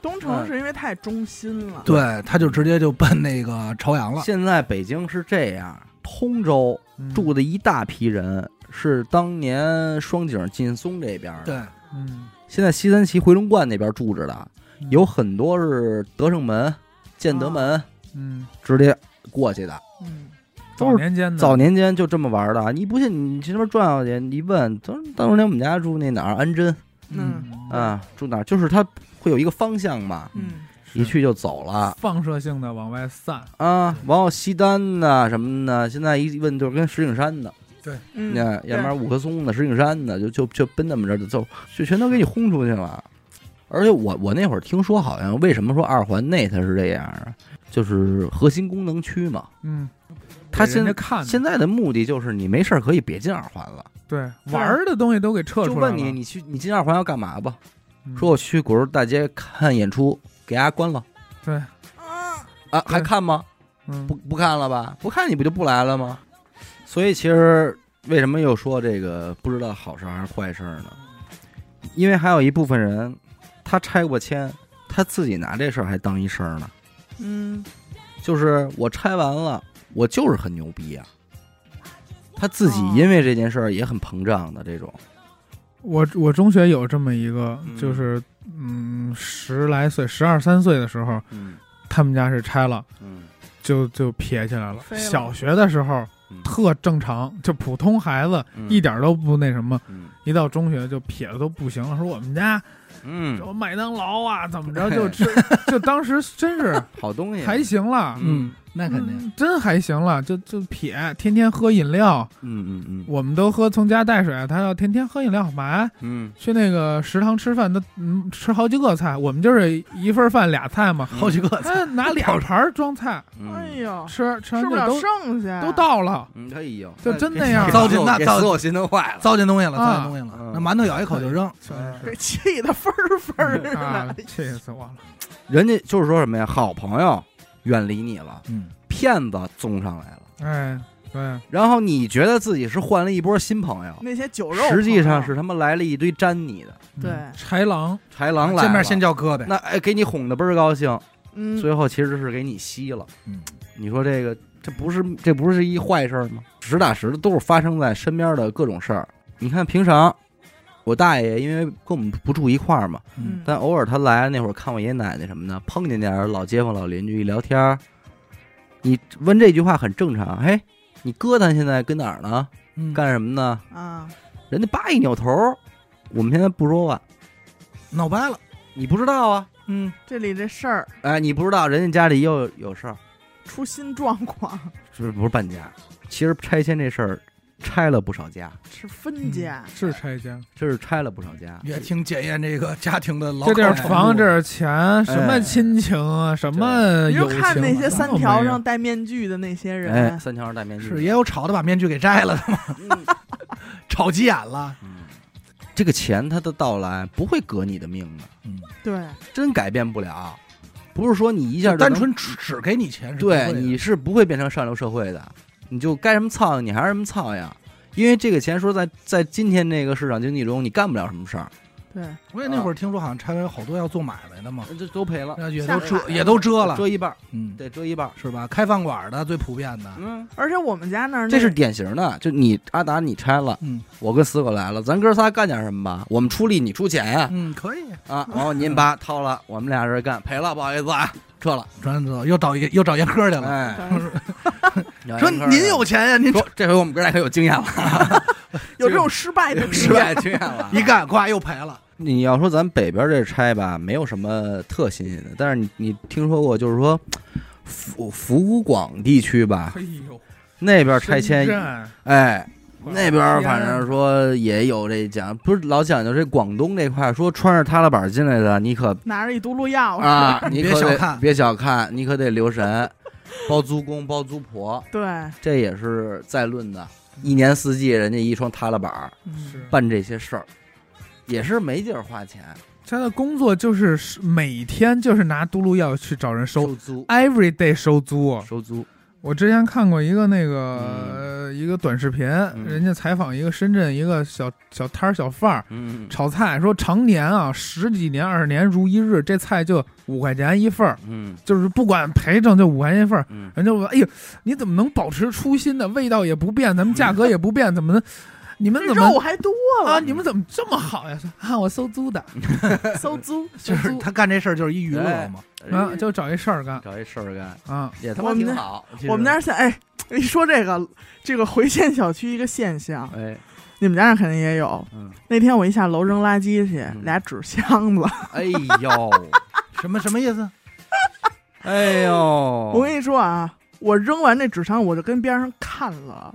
东城是因为太中心了，对，他就直接就奔那个朝阳了。现在北京是这样，通州嗯住的一大批人是当年双井劲松这边儿的，对，嗯，现在西三旗回龙观那边住着的，嗯有很多是德胜门、建德门、嗯，直接过去的。嗯，都早是年间的早嗯年间就这么玩的，你不信你去那边转过去，你一问，当当年我们家住那哪儿安贞嗯啊，住哪儿就是它会有一个方向嘛，嗯，是一去啊就走了。放射性的往外散，啊，然后西单呐什么的，现在一问就是跟石景山的，嗯那要不然五棵松的、石景山的，就就就奔那么着就就就全都给你轰出去了。而且我我那会儿听说，好像为什么说二环内它是这样啊？就是核心功能区嘛，嗯，他给人现家看现在的目的就是你没事儿可以别进二环了，对玩儿的东西都给撤就出来问了。你你去你进二环要干嘛吧？嗯说我去鼓楼大街看演出，给大家关了对，啊，还对看吗？嗯不不看了吧？不看你不就不来了吗？所以其实为什么又说这个不知道好事还是坏事呢？因为还有一部分人，他拆过迁，他自己拿这事儿还当一事儿呢。嗯，就是我拆完了，我就是很牛逼啊。他自己因为这件事儿也很膨胀的这种，我我中学有这么一个嗯，就是嗯十来岁、十二三岁的时候，嗯他们家是拆了，嗯就就撇起来了。飞了小学的时候嗯特正常，就普通孩子，嗯一点都不那什么。嗯一到中学就撇的都不行了，说我们家什嗯，么麦当劳啊，怎么着就 吃，就当时真是好东西啊还行了，嗯，那肯定。嗯真还行了，就就撇，天天喝饮料，嗯嗯嗯我们都喝从家带水，他要天天喝饮料干嘛呀？嗯，去那个食堂吃饭，他嗯吃好几个菜，我们就是一份饭俩 菜嘛，嗯好几个，他拿俩盘儿装菜嗯哎，呦，吃，吃吃不完就了都剩啊下，都 到了，嗯，哎呦，就真那样给糟践那给糟死我心疼坏了。糟践东西了，糟践啊东西了嗯。那馒头咬一口就扔，给气的分 儿分嗯嗯儿嗯啊的，，气死我了！人家就是说什么呀？好朋友远离你了，嗯，骗子送上来了，哎，对，然后你觉得自己是换了一波新朋友，那些酒肉，啊实际上是他妈来了一堆粘你的对嗯豺狼，豺狼来了，见面先叫哥呗。那哎给你哄的倍儿高兴，嗯，最后其实是给你吸了。嗯，你说这个这不是这不是一坏事儿吗？实打实的都是发生在身边的各种事儿。你看平常。我大爷因为跟我们不住一块儿嘛，嗯但偶尔他来那会儿看我爷爷奶奶什么的，碰见点儿老街坊老邻居一聊天儿，你问这句话很正常。嘿，你哥他现在跟哪儿呢？嗯干什么呢？啊，人家叭一扭头，我们现在不说话，闹掰了，你不知道啊？嗯，这里这事儿哎，你不知道，人家家里又有有事儿，出新状况，是不是搬家？其实拆迁这事儿，拆了不少家，是嗯分家，是拆家，哎这是拆了不少家。也挺检验这个家庭的牢这靠点程房，度这点钱，什么亲情啊，什呃么你友就情啊，哎看那些三条都没有上戴面具的那些哎，人，三条人戴面具嗯是也有吵的把面具给摘了的嘛， 吵急眼了，嗯这个钱它的到来不会革你的命的，嗯，对，真改变不了。不是说你一下就能单纯只只给你钱是不对会的你是不会变成上流社会的，你就该什么操你还是什么操呀，因为这个钱说在在今天这个市场经济中你干不了什么事儿，对，我也那会儿听说好像拆完好多要做买卖的嘛，这呃都赔嗯了，那也都下海遮了也都遮了，遮一半儿，嗯，得遮一半儿。是吧？开饭馆的最普遍的，嗯，而且我们家那儿这那是典型的，就你阿达你拆了，嗯我跟死狗来了，咱哥仨干点什么吧？我们出力，你出钱呀、嗯，可以，啊！ 然后您把掏了，我们俩人干，赔了，不好意思啊，撤 了。转走又找一个又找严科去了，哎， 说您有钱呀，您说 这回我们哥俩可有经验 了，有这种失败的失 败经验了，一干呱又赔了，你要说咱北边这拆吧，没有什么特新鲜的，但是你你听说过，就是说福福广地区吧，哎呦，那边拆深迁，圳哎，那边反正说也有这讲，不是老讲究这广东这块，说穿着踏拉板进来的，你可拿着一嘟噜药，啊，你可别得小看别小看，你可得留神，包租公包租婆，对，这也是在论的，一年四季人家一双踏拉板儿嗯是办这些事儿，也是没地儿花钱，他的工作就是是每天就是拿嘟噜药去找人收哎收租，every day 收租。哦收租。我之前看过一个那个、呃一个短视频，人家采访一个深圳一个小小摊儿小贩儿嗯炒菜，说常年啊十几年二十年如一日，这菜就五块钱一份儿，嗯就是不管赔偿就五块钱一份儿。嗯，人家问：“哎呦，你怎么能保持初心呢？味道也不变，咱们价格也不变，怎么能？你们这怎肉么还多啊？了，你们怎么这么好呀？”说啊，我收租的，搜租，就是他干这事儿就是一娱哎乐嘛，啊，就找一事儿干找一事儿干，啊。也他妈我们挺那好。 其实我们那儿现哎，一说这个这个回迁小区一个现象，哎，你们家那儿肯定也有。嗯，那天我一下楼扔垃圾去，嗯俩纸箱子，哎呦，什么什么意思？哎呦， 哦我跟你说啊，我扔完那纸箱，我就跟边上看了，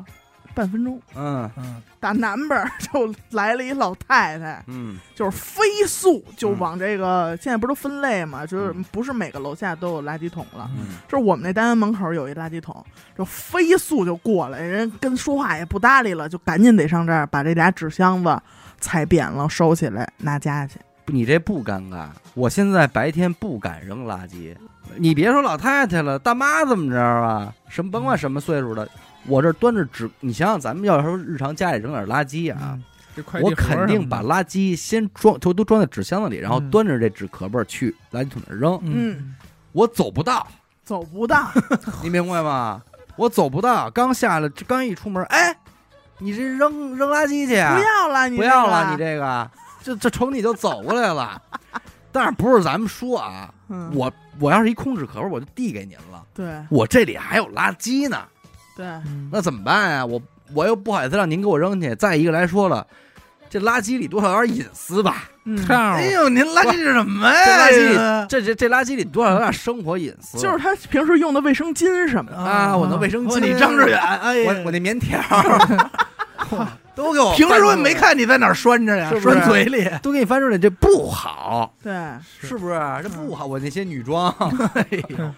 半分钟，嗯嗯，打南边儿 就来了一老太太，嗯就是飞速就往这个、现在不是都分类嘛，就是嗯不是每个楼下都有垃圾桶了。嗯就是我们那单元门口有一垃圾桶，就飞速就过来，人跟说话也不搭理了，就赶紧得上这儿把这俩纸箱子踩扁了，收起来拿家去。你这不尴尬？我现在白天不敢扔垃圾，你别说老太太了，大妈怎么着啊？什么甭管什么岁数的，我这端着纸，你想想，咱们要是日常家里扔点垃圾啊，嗯，这快递我盒儿肯什定么把的垃圾先装，都都装在纸箱子里，然后嗯端着这纸壳儿儿去垃圾桶那儿扔。嗯，我走不到，走 不到，你明白吗？我走不到，刚下来，这刚一出门，哎，你这扔扔垃圾去不啊？要了，你不要这了，个你这个，这这瞅你就走过来了。但是不是咱们说啊？嗯，我我要是一空纸壳儿，我就递给您了。对我这里还有垃圾呢，对，嗯那怎么办呀？我我又不好意思让您给我扔去。再一个来说了，这垃圾里多少有点隐私吧？嗯，这样哎我呦，您垃圾是什么呀？这垃圾圾这这这垃圾里多少有点生活隐私，就是他平时用的卫生巾什么的，啊，我那卫生巾，你张志远，哎呀，我我那棉条都给我平时我我也没看你在哪儿拴着呀是，不是啊拴嘴里。都给你翻出来，这不好，对，是嗯不是？这不好，我那些女装， 哎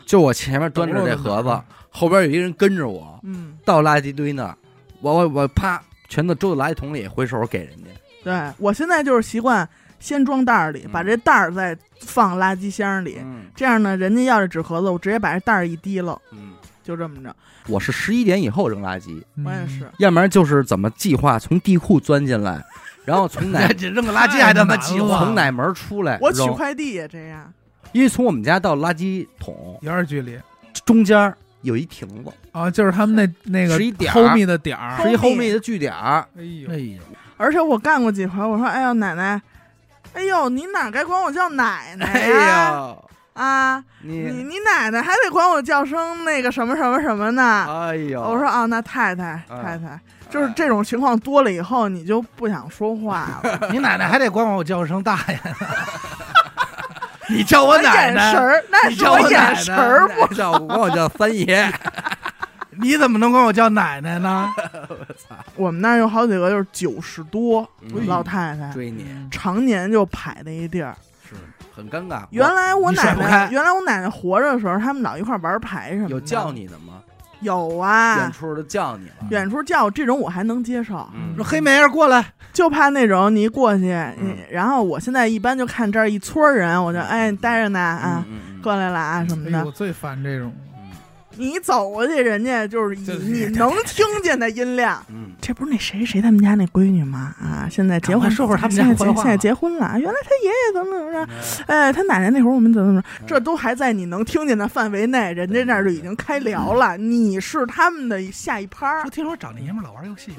就我前面端着这盒子，后边有一人跟着我嗯，到垃圾堆那儿，我我我啪全都丢到垃圾桶里，回手给人家。对我现在就是习惯先装袋儿里，嗯把这袋儿再放垃圾箱里，嗯这样呢，人家要是纸盒子，我直接把这袋儿一提了，嗯，就这么着，我是十一点以后扔垃圾，嗯我嗯也是，要不然就是怎么计划从地库钻进来，然后从 哪这扔个垃圾还他妈计太难了划从哪门儿出来我取扔快递也这样，因为从我们家到垃圾桶有点距离中间儿有一亭子，啊，就是他们那那个是一点儿 homie 的点儿，是一 Homie 后面的据点儿。哎呦哎，呀，而且我干过几回，我说，哎呦奶奶，哎呦你哪儿该管我叫奶奶哎呀、呀，啊，你你，你奶奶还得管我叫声那个什么什么什么呢？哎呀，哦我说啊，那太太嗯哎太太，就是这种情况多了以后，你就不想说话 了。你奶奶还得管我叫声大爷呢。 你叫我奶眼神奶，儿，那你是叫啊我奶眼奶神儿不哎叫我管我叫三 爷，你怎么能管我叫奶奶呢？我们那儿有好几个就是九十多嗯老太太，追你嗯常年就排那一地儿。是 很尴尬。原来我你甩奶不开奶，原来我奶奶活着的时候，他们老一块儿玩牌什么的。有叫？你的吗？有远啊，处的叫 你了。远处叫这种我还能接受，嗯说黑妹儿过来，就怕那种你一过去，你然后我现在一般就看这儿一村儿人，我就哎待着呢啊，嗯，过来了啊什么哎呦，的我。最烦这种，嗯你一走过去，人家就是以就是你能听见的音量。嗯， 这不是那谁谁他们家那闺女吗？啊，现在结赶快婚，说会儿他们家现坏在结话现在结婚了啊。原来他爷爷怎么怎嗯么着，哎，他奶奶那会儿我们怎么怎么着，这都还在你能听见的范围内，人家那儿就已经开聊了。嗯你是他们的下一拍儿说，听说长这爷们儿老玩游 戏，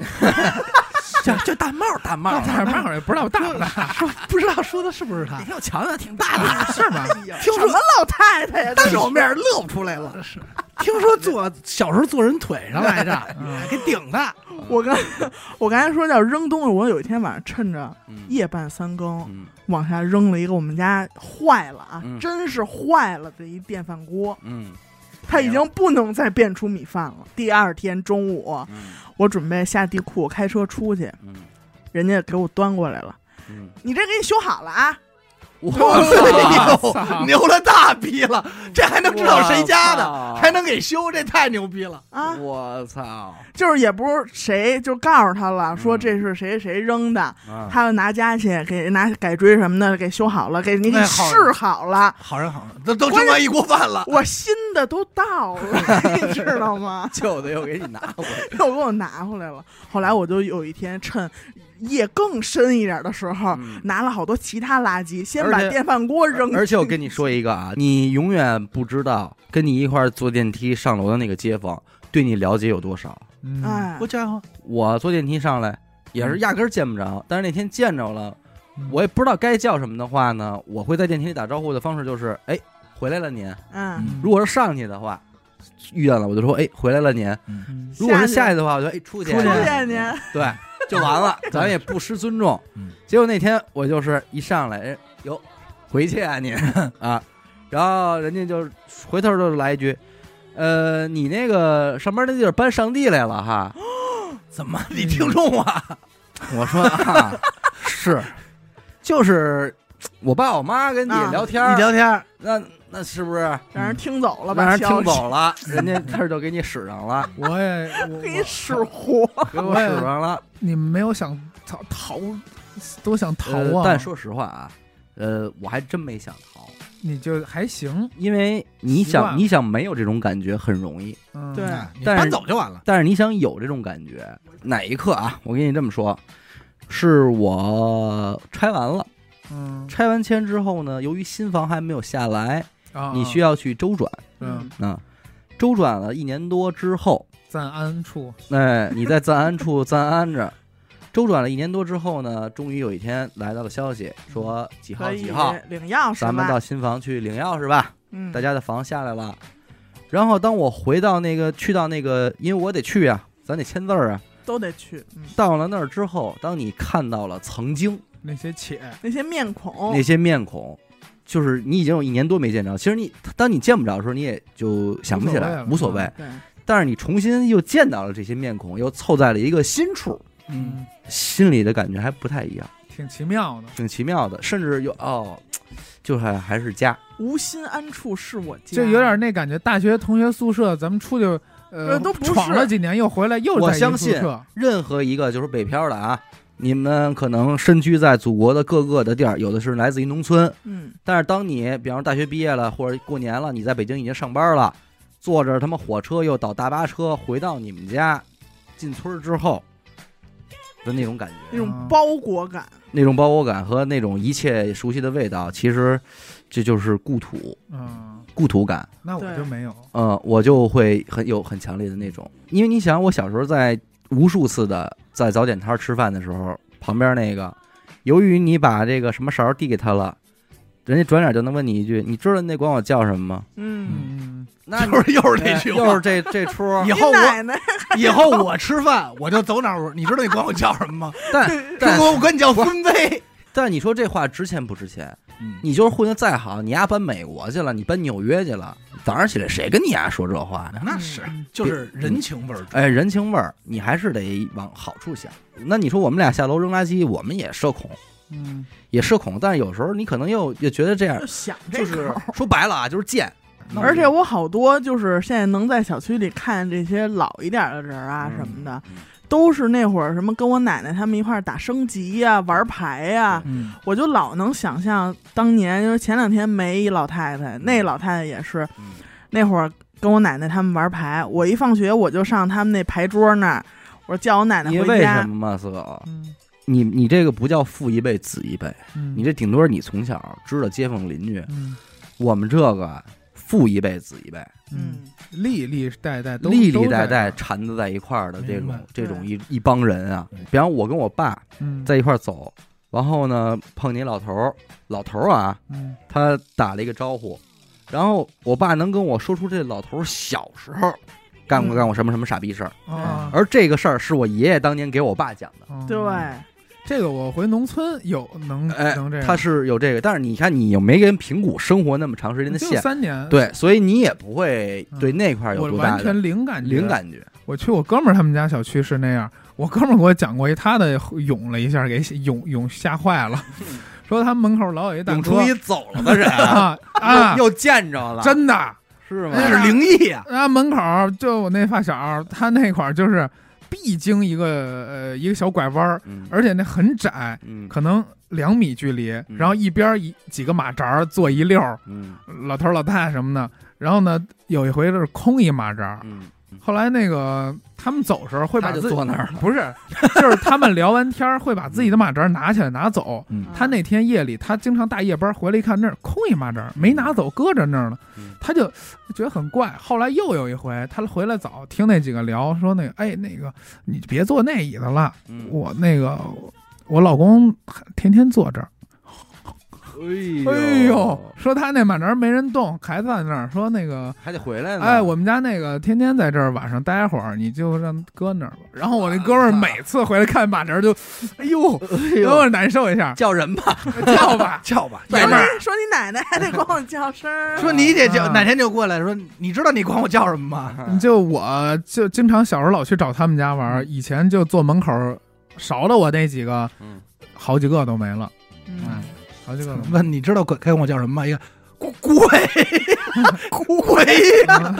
叫叫大帽儿，大帽儿，大胖也不知道大不大，说不知道说的是不是他？你看我瞧瞧，挺大的。啊是吧？听什么老太太呀？当着我面儿乐不出来了。是，听说坐小时候坐人腿上来着， 嗯给顶的。我刚我刚才说叫扔东西，我有一天晚上趁着嗯夜半三更嗯往下扔了一个我们家坏了啊嗯，真是坏了的一电饭锅，嗯它已经不能再变出米饭了。第二天中午，嗯我准备下地库开车出去，嗯人家给我端过来了，嗯， 你这给你修好了啊？哇，操牛了大逼了，这还能知道谁家的，哇还能给修，这太牛逼了。啊啊，我操！就是也不是谁就告诉他了，说嗯这是谁谁扔的，啊他要拿家去给拿改锥什么的给修好了，给你给哎好试好了，好人好人，都都蒸完一锅饭了。我新的都到了，你知 道吗？旧的又给你拿回来。又给我拿回来了。后来我就有一天趁夜更深一点的时啊候，嗯拿了好多其他垃圾，先而把且电饭锅扔进去。而且我跟你说一个啊，你永远不知道跟你一块儿坐电梯上楼的那个街坊对你了解有多少。嗯哎，好家伙，我坐电梯上来也是压根儿见不着，但是那天见着了，嗯我也不知道该叫什么的话呢，我会在电梯里打招呼的方式就是，哎，回来了您。嗯，如果是上去的话，遇见了我就说，哎，回来了您。嗯如果是下下去去的话，我就哎出去，出出去去啊您，对，就完了，咱也不失尊重嗯。结果那天我就是一上来，哎哟，回去啊您啊，然后人家就回头就来一句，呃，你那个上班那地儿搬上帝来了哈，怎么你听众啊？我说啊，是，就是我爸我妈跟你啊聊天一儿，聊天儿，那那是不是让嗯人听走了吧？让人听消息，走了？人家这儿就给你使上 了，我也 我给你我使火，给我使上了。你们没有想逃逃，都想逃呃啊？但说实话啊，呃，我还真没想逃，你就还行，因为你习惯想了你想没有这种感觉很容易，嗯，对哎你但搬是走就完了。但是你想有这种感觉，哪一刻啊？我跟你这么说，是我拆完了，嗯拆完迁之后呢，由于新房还没有下来，啊，你需要去周转嗯，啊。周转了一年多之后，暂安处，哎，你在暂安处暂安着。周转了一年多之后呢，终于有一天来到了消息，说几号可以几号，领钥匙吧咱们到新房去领钥匙吧。嗯，大家的房下来了。然后当我回到那个去到那个，因为我得去啊，咱得签字儿啊。都得去。嗯，到了那儿之后，当你看到了曾经那些且，那些面孔那，些面孔，就是你已经有一年多没见着。其实你当你见不着的时候，你也就想不起来，无无所所谓嗯谓了。对，但是你重新又见到了这些面孔，又凑在了一个新处，嗯，心里的感觉还不太一样，挺奇妙的。挺奇妙的。甚至有哦，就还还是家，无心安处是我家，就有点那感觉，大学同学宿舍，咱们出去，啊呃，呃都不是闯了几年，又回来，又我在一相个宿信舍，任何一个就是北漂的啊，你们可能身居在祖国的各个的地儿，有的是来自于农村，嗯，但是当你比方说大学毕业了，或者过年了，你在北京已经上班了，坐着他妈火车又倒大巴车回到你们家，进村儿之后的那种感那觉，种包裹感，那种包裹感和那种一切熟悉的味道，其实这就是故土嗯，故土感。那我对就没有，嗯，我就会很有很强烈的那种，因为你想，我小时候在无数次的在早点摊儿吃饭的时候，旁边那个，由于你把这个什么勺递给他了，人家转脸就能问你一句：“你知道那管我叫什么吗嗯，嗯，？”那就是又是那哎句又话是，这这出儿 以你后我奶奶以后我吃饭我就走哪儿，你知道你管我叫什么吗？但中但国我管你叫孙飞。但你说这话值钱不值钱？嗯你就是混得再好，你丫搬美国去了，你搬纽约去了，早上起来谁跟你丫说这话呢？那是，就是人情味儿重。哎，人情味儿，你还是得往好处想。那你说我们俩下楼扔垃圾，我们也社恐，嗯，也社恐，但是有时候你可能又也觉得这样就，想这就口是儿。说白了啊，就是 贱。那而且我好多就是现在能在小区里看这些老一点的人啊嗯什么的，嗯都是那会儿什么跟我奶奶他们一块儿打升级呀、玩牌呀、嗯，我就老能想象当年，就是前两天没一老太太，那老太太也是嗯那会儿跟我奶奶他们玩牌，我一放学我就上他们那牌桌那儿，我说叫我奶奶你回为什家。么嘛，四狗？嗯你你这个不叫父一辈子一辈，嗯，你这顶多是你从小知道街坊邻居。嗯，我们这个父一辈子一辈，嗯嗯，历历代代都历历代，代都缠着在一块儿的这明白种这种对一一帮人啊。比方我跟我爸这样嗯，在一块儿走，然后呢碰见老头儿，老头儿啊，嗯他打了一个招呼，然后我爸能跟我说出这老头儿小时候干过嗯干过什么什么傻逼事儿。啊，而这个事儿是我爷爷当年给我爸讲的。嗯对，这个我回农村有能哎能这样，他是有这个，但是你看，你又没跟平谷生活那么长时间的就线，三年，，对，所以你也不会对那块儿有我多大完的全零感觉零。感觉。我去我哥们儿他们家小区是那样，我哥们儿给我讲过一，他的 涌了一下，给涌涌吓 坏了，说他们门口老有一大涌哥出一走了的人 啊啊，又见着了，真的，是吗？那是灵异啊！，然后门口儿就我那发小，他那块儿就是必经一个呃一个小拐弯儿，嗯而且那很窄，嗯可能两米距离，然后一边儿一几个马扎儿坐一溜儿，嗯老头儿老太太什么的。然后呢，有一回就是空一马扎儿，嗯，后来那个他们走的时候会把他就自己坐那儿了。 不是，就是他们聊完天儿会把自己的马扎儿拿起来拿走。嗯他那天夜里，他经常大夜班回来一看，那儿空一马扎儿，没拿走，搁着那儿呢嗯。他就觉得很怪。后来又有一回，他回来早，听那几个聊说那个，哎，那个你别坐那椅子了，嗯我那个我老公天天坐这儿。哎呦，，说他那满宅没人动，凯子在那儿说那个，还得回来呢。哎，我们家那个天天在这儿晚上待会儿，你就让搁那儿吧。然后我那哥们儿每次回来看满宅就，哎呦，啊哎有呦，点难受一下，叫人吧，叫 吧叫吧，嗯爷说们儿你说你奶奶还得管我叫声儿，说你得叫，啊哪天就过来说，你知道你管我叫什么吗？你就我就经常小时候老去找他们家玩嗯儿，以前就坐门口儿勺的我那几个，嗯好几个都没了，嗯好几个都没了。问你知道鬼该管我叫什么吗？一个鬼鬼呀，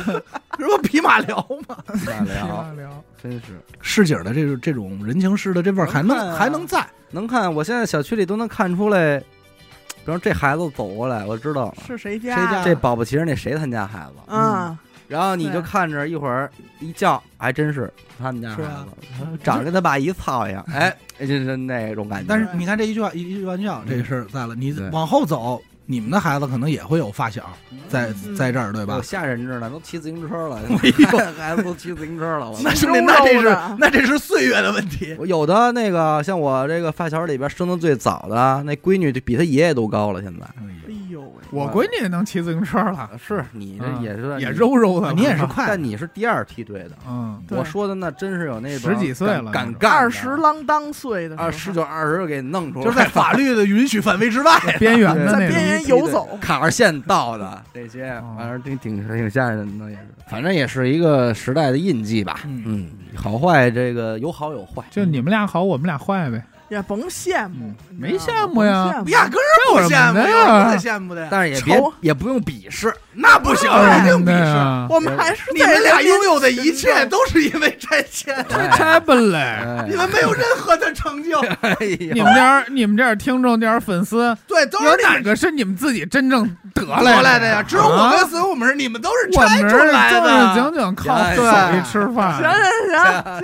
这不匹马 聊嗯吗？那 聊，聊聊，真是市井的这种这种人情世的这味儿还能看能啊还能在，能看。我现在小区里都能看出来，比方说这孩子走过来，我知道是谁家谁家这保不齐是那谁他们家孩子。嗯，然后你就对看着一会儿一叫，还真是他们家孩是子吧，长得跟他爸一操一样，哎，就是那种感觉。但是你看这一句话一一句玩笑，这事儿在了。你对往后走，你们的孩子可能也会有发小在嗯在这儿，对吧有？吓人着呢，都骑自行车 了，哎孩子都骑自行车 了。我 那兄弟，肉那这肉是的那这是岁月的问题。我有的那个像我这个发小里边生的最早的啊那闺女，就比她爷爷都高了。现在哎呦喂，我闺女也能骑自行车了，是你这嗯也是也你揉揉的，你也是快但你是第二梯队的。 嗯，对我说的那真是有那种十几岁了敢那种干二十啷当岁的时候二十九二十给弄出来，就是在法律的允许范围之外，边缘对 的在那边种。缘游 走，卡着线到的这些，哦反正挺挺挺吓人的，也是，反正也是一个时代的印记吧。嗯嗯，好坏这个有好有坏，就你们俩好，我们俩 坏呗。也甭羡慕嗯，你没知道羡吗慕呀甭羡压慕根儿不羡慕，这有有什么的呀什么羡慕的呀？但是也别仇也不用鄙视，那不行，哎肯定鄙对视。啊，我们还是你在们俩人民拥有的一 切都是因为拆迁，拆本嘞。哎你们没有任何的成就，哎你呦，们这儿，你们这儿听众，这儿粉丝，对，都有是哪你个是你们自己真正得得来来的呀？只有啊我跟孙武门，你们都是我拆们出来正的。正经经靠哎手对艺吃行啊饭，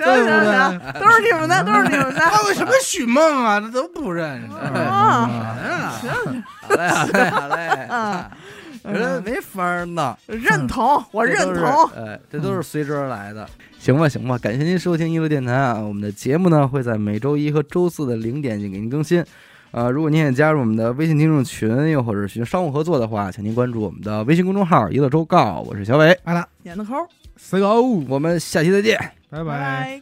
行行对行不对行行，都是你们的，都是你们还 的。有什么许梦啊，那都不认识。嗯啊啊好嘞好嘞好 嘞啊，人没法儿弄，认同，我这认都是同。，哎，这都是随之而来的。行吧行吧，感谢您收听一路电台啊，我们的节目呢会在每周一和周四的零点进给您更新。呃，如果您也加入我们的微信听众群，又或者寻商务合作的话，请您关注我们的微信公众号“一乐周告”，我是小伟，演的抠，死狗，我们下期再见。拜拜。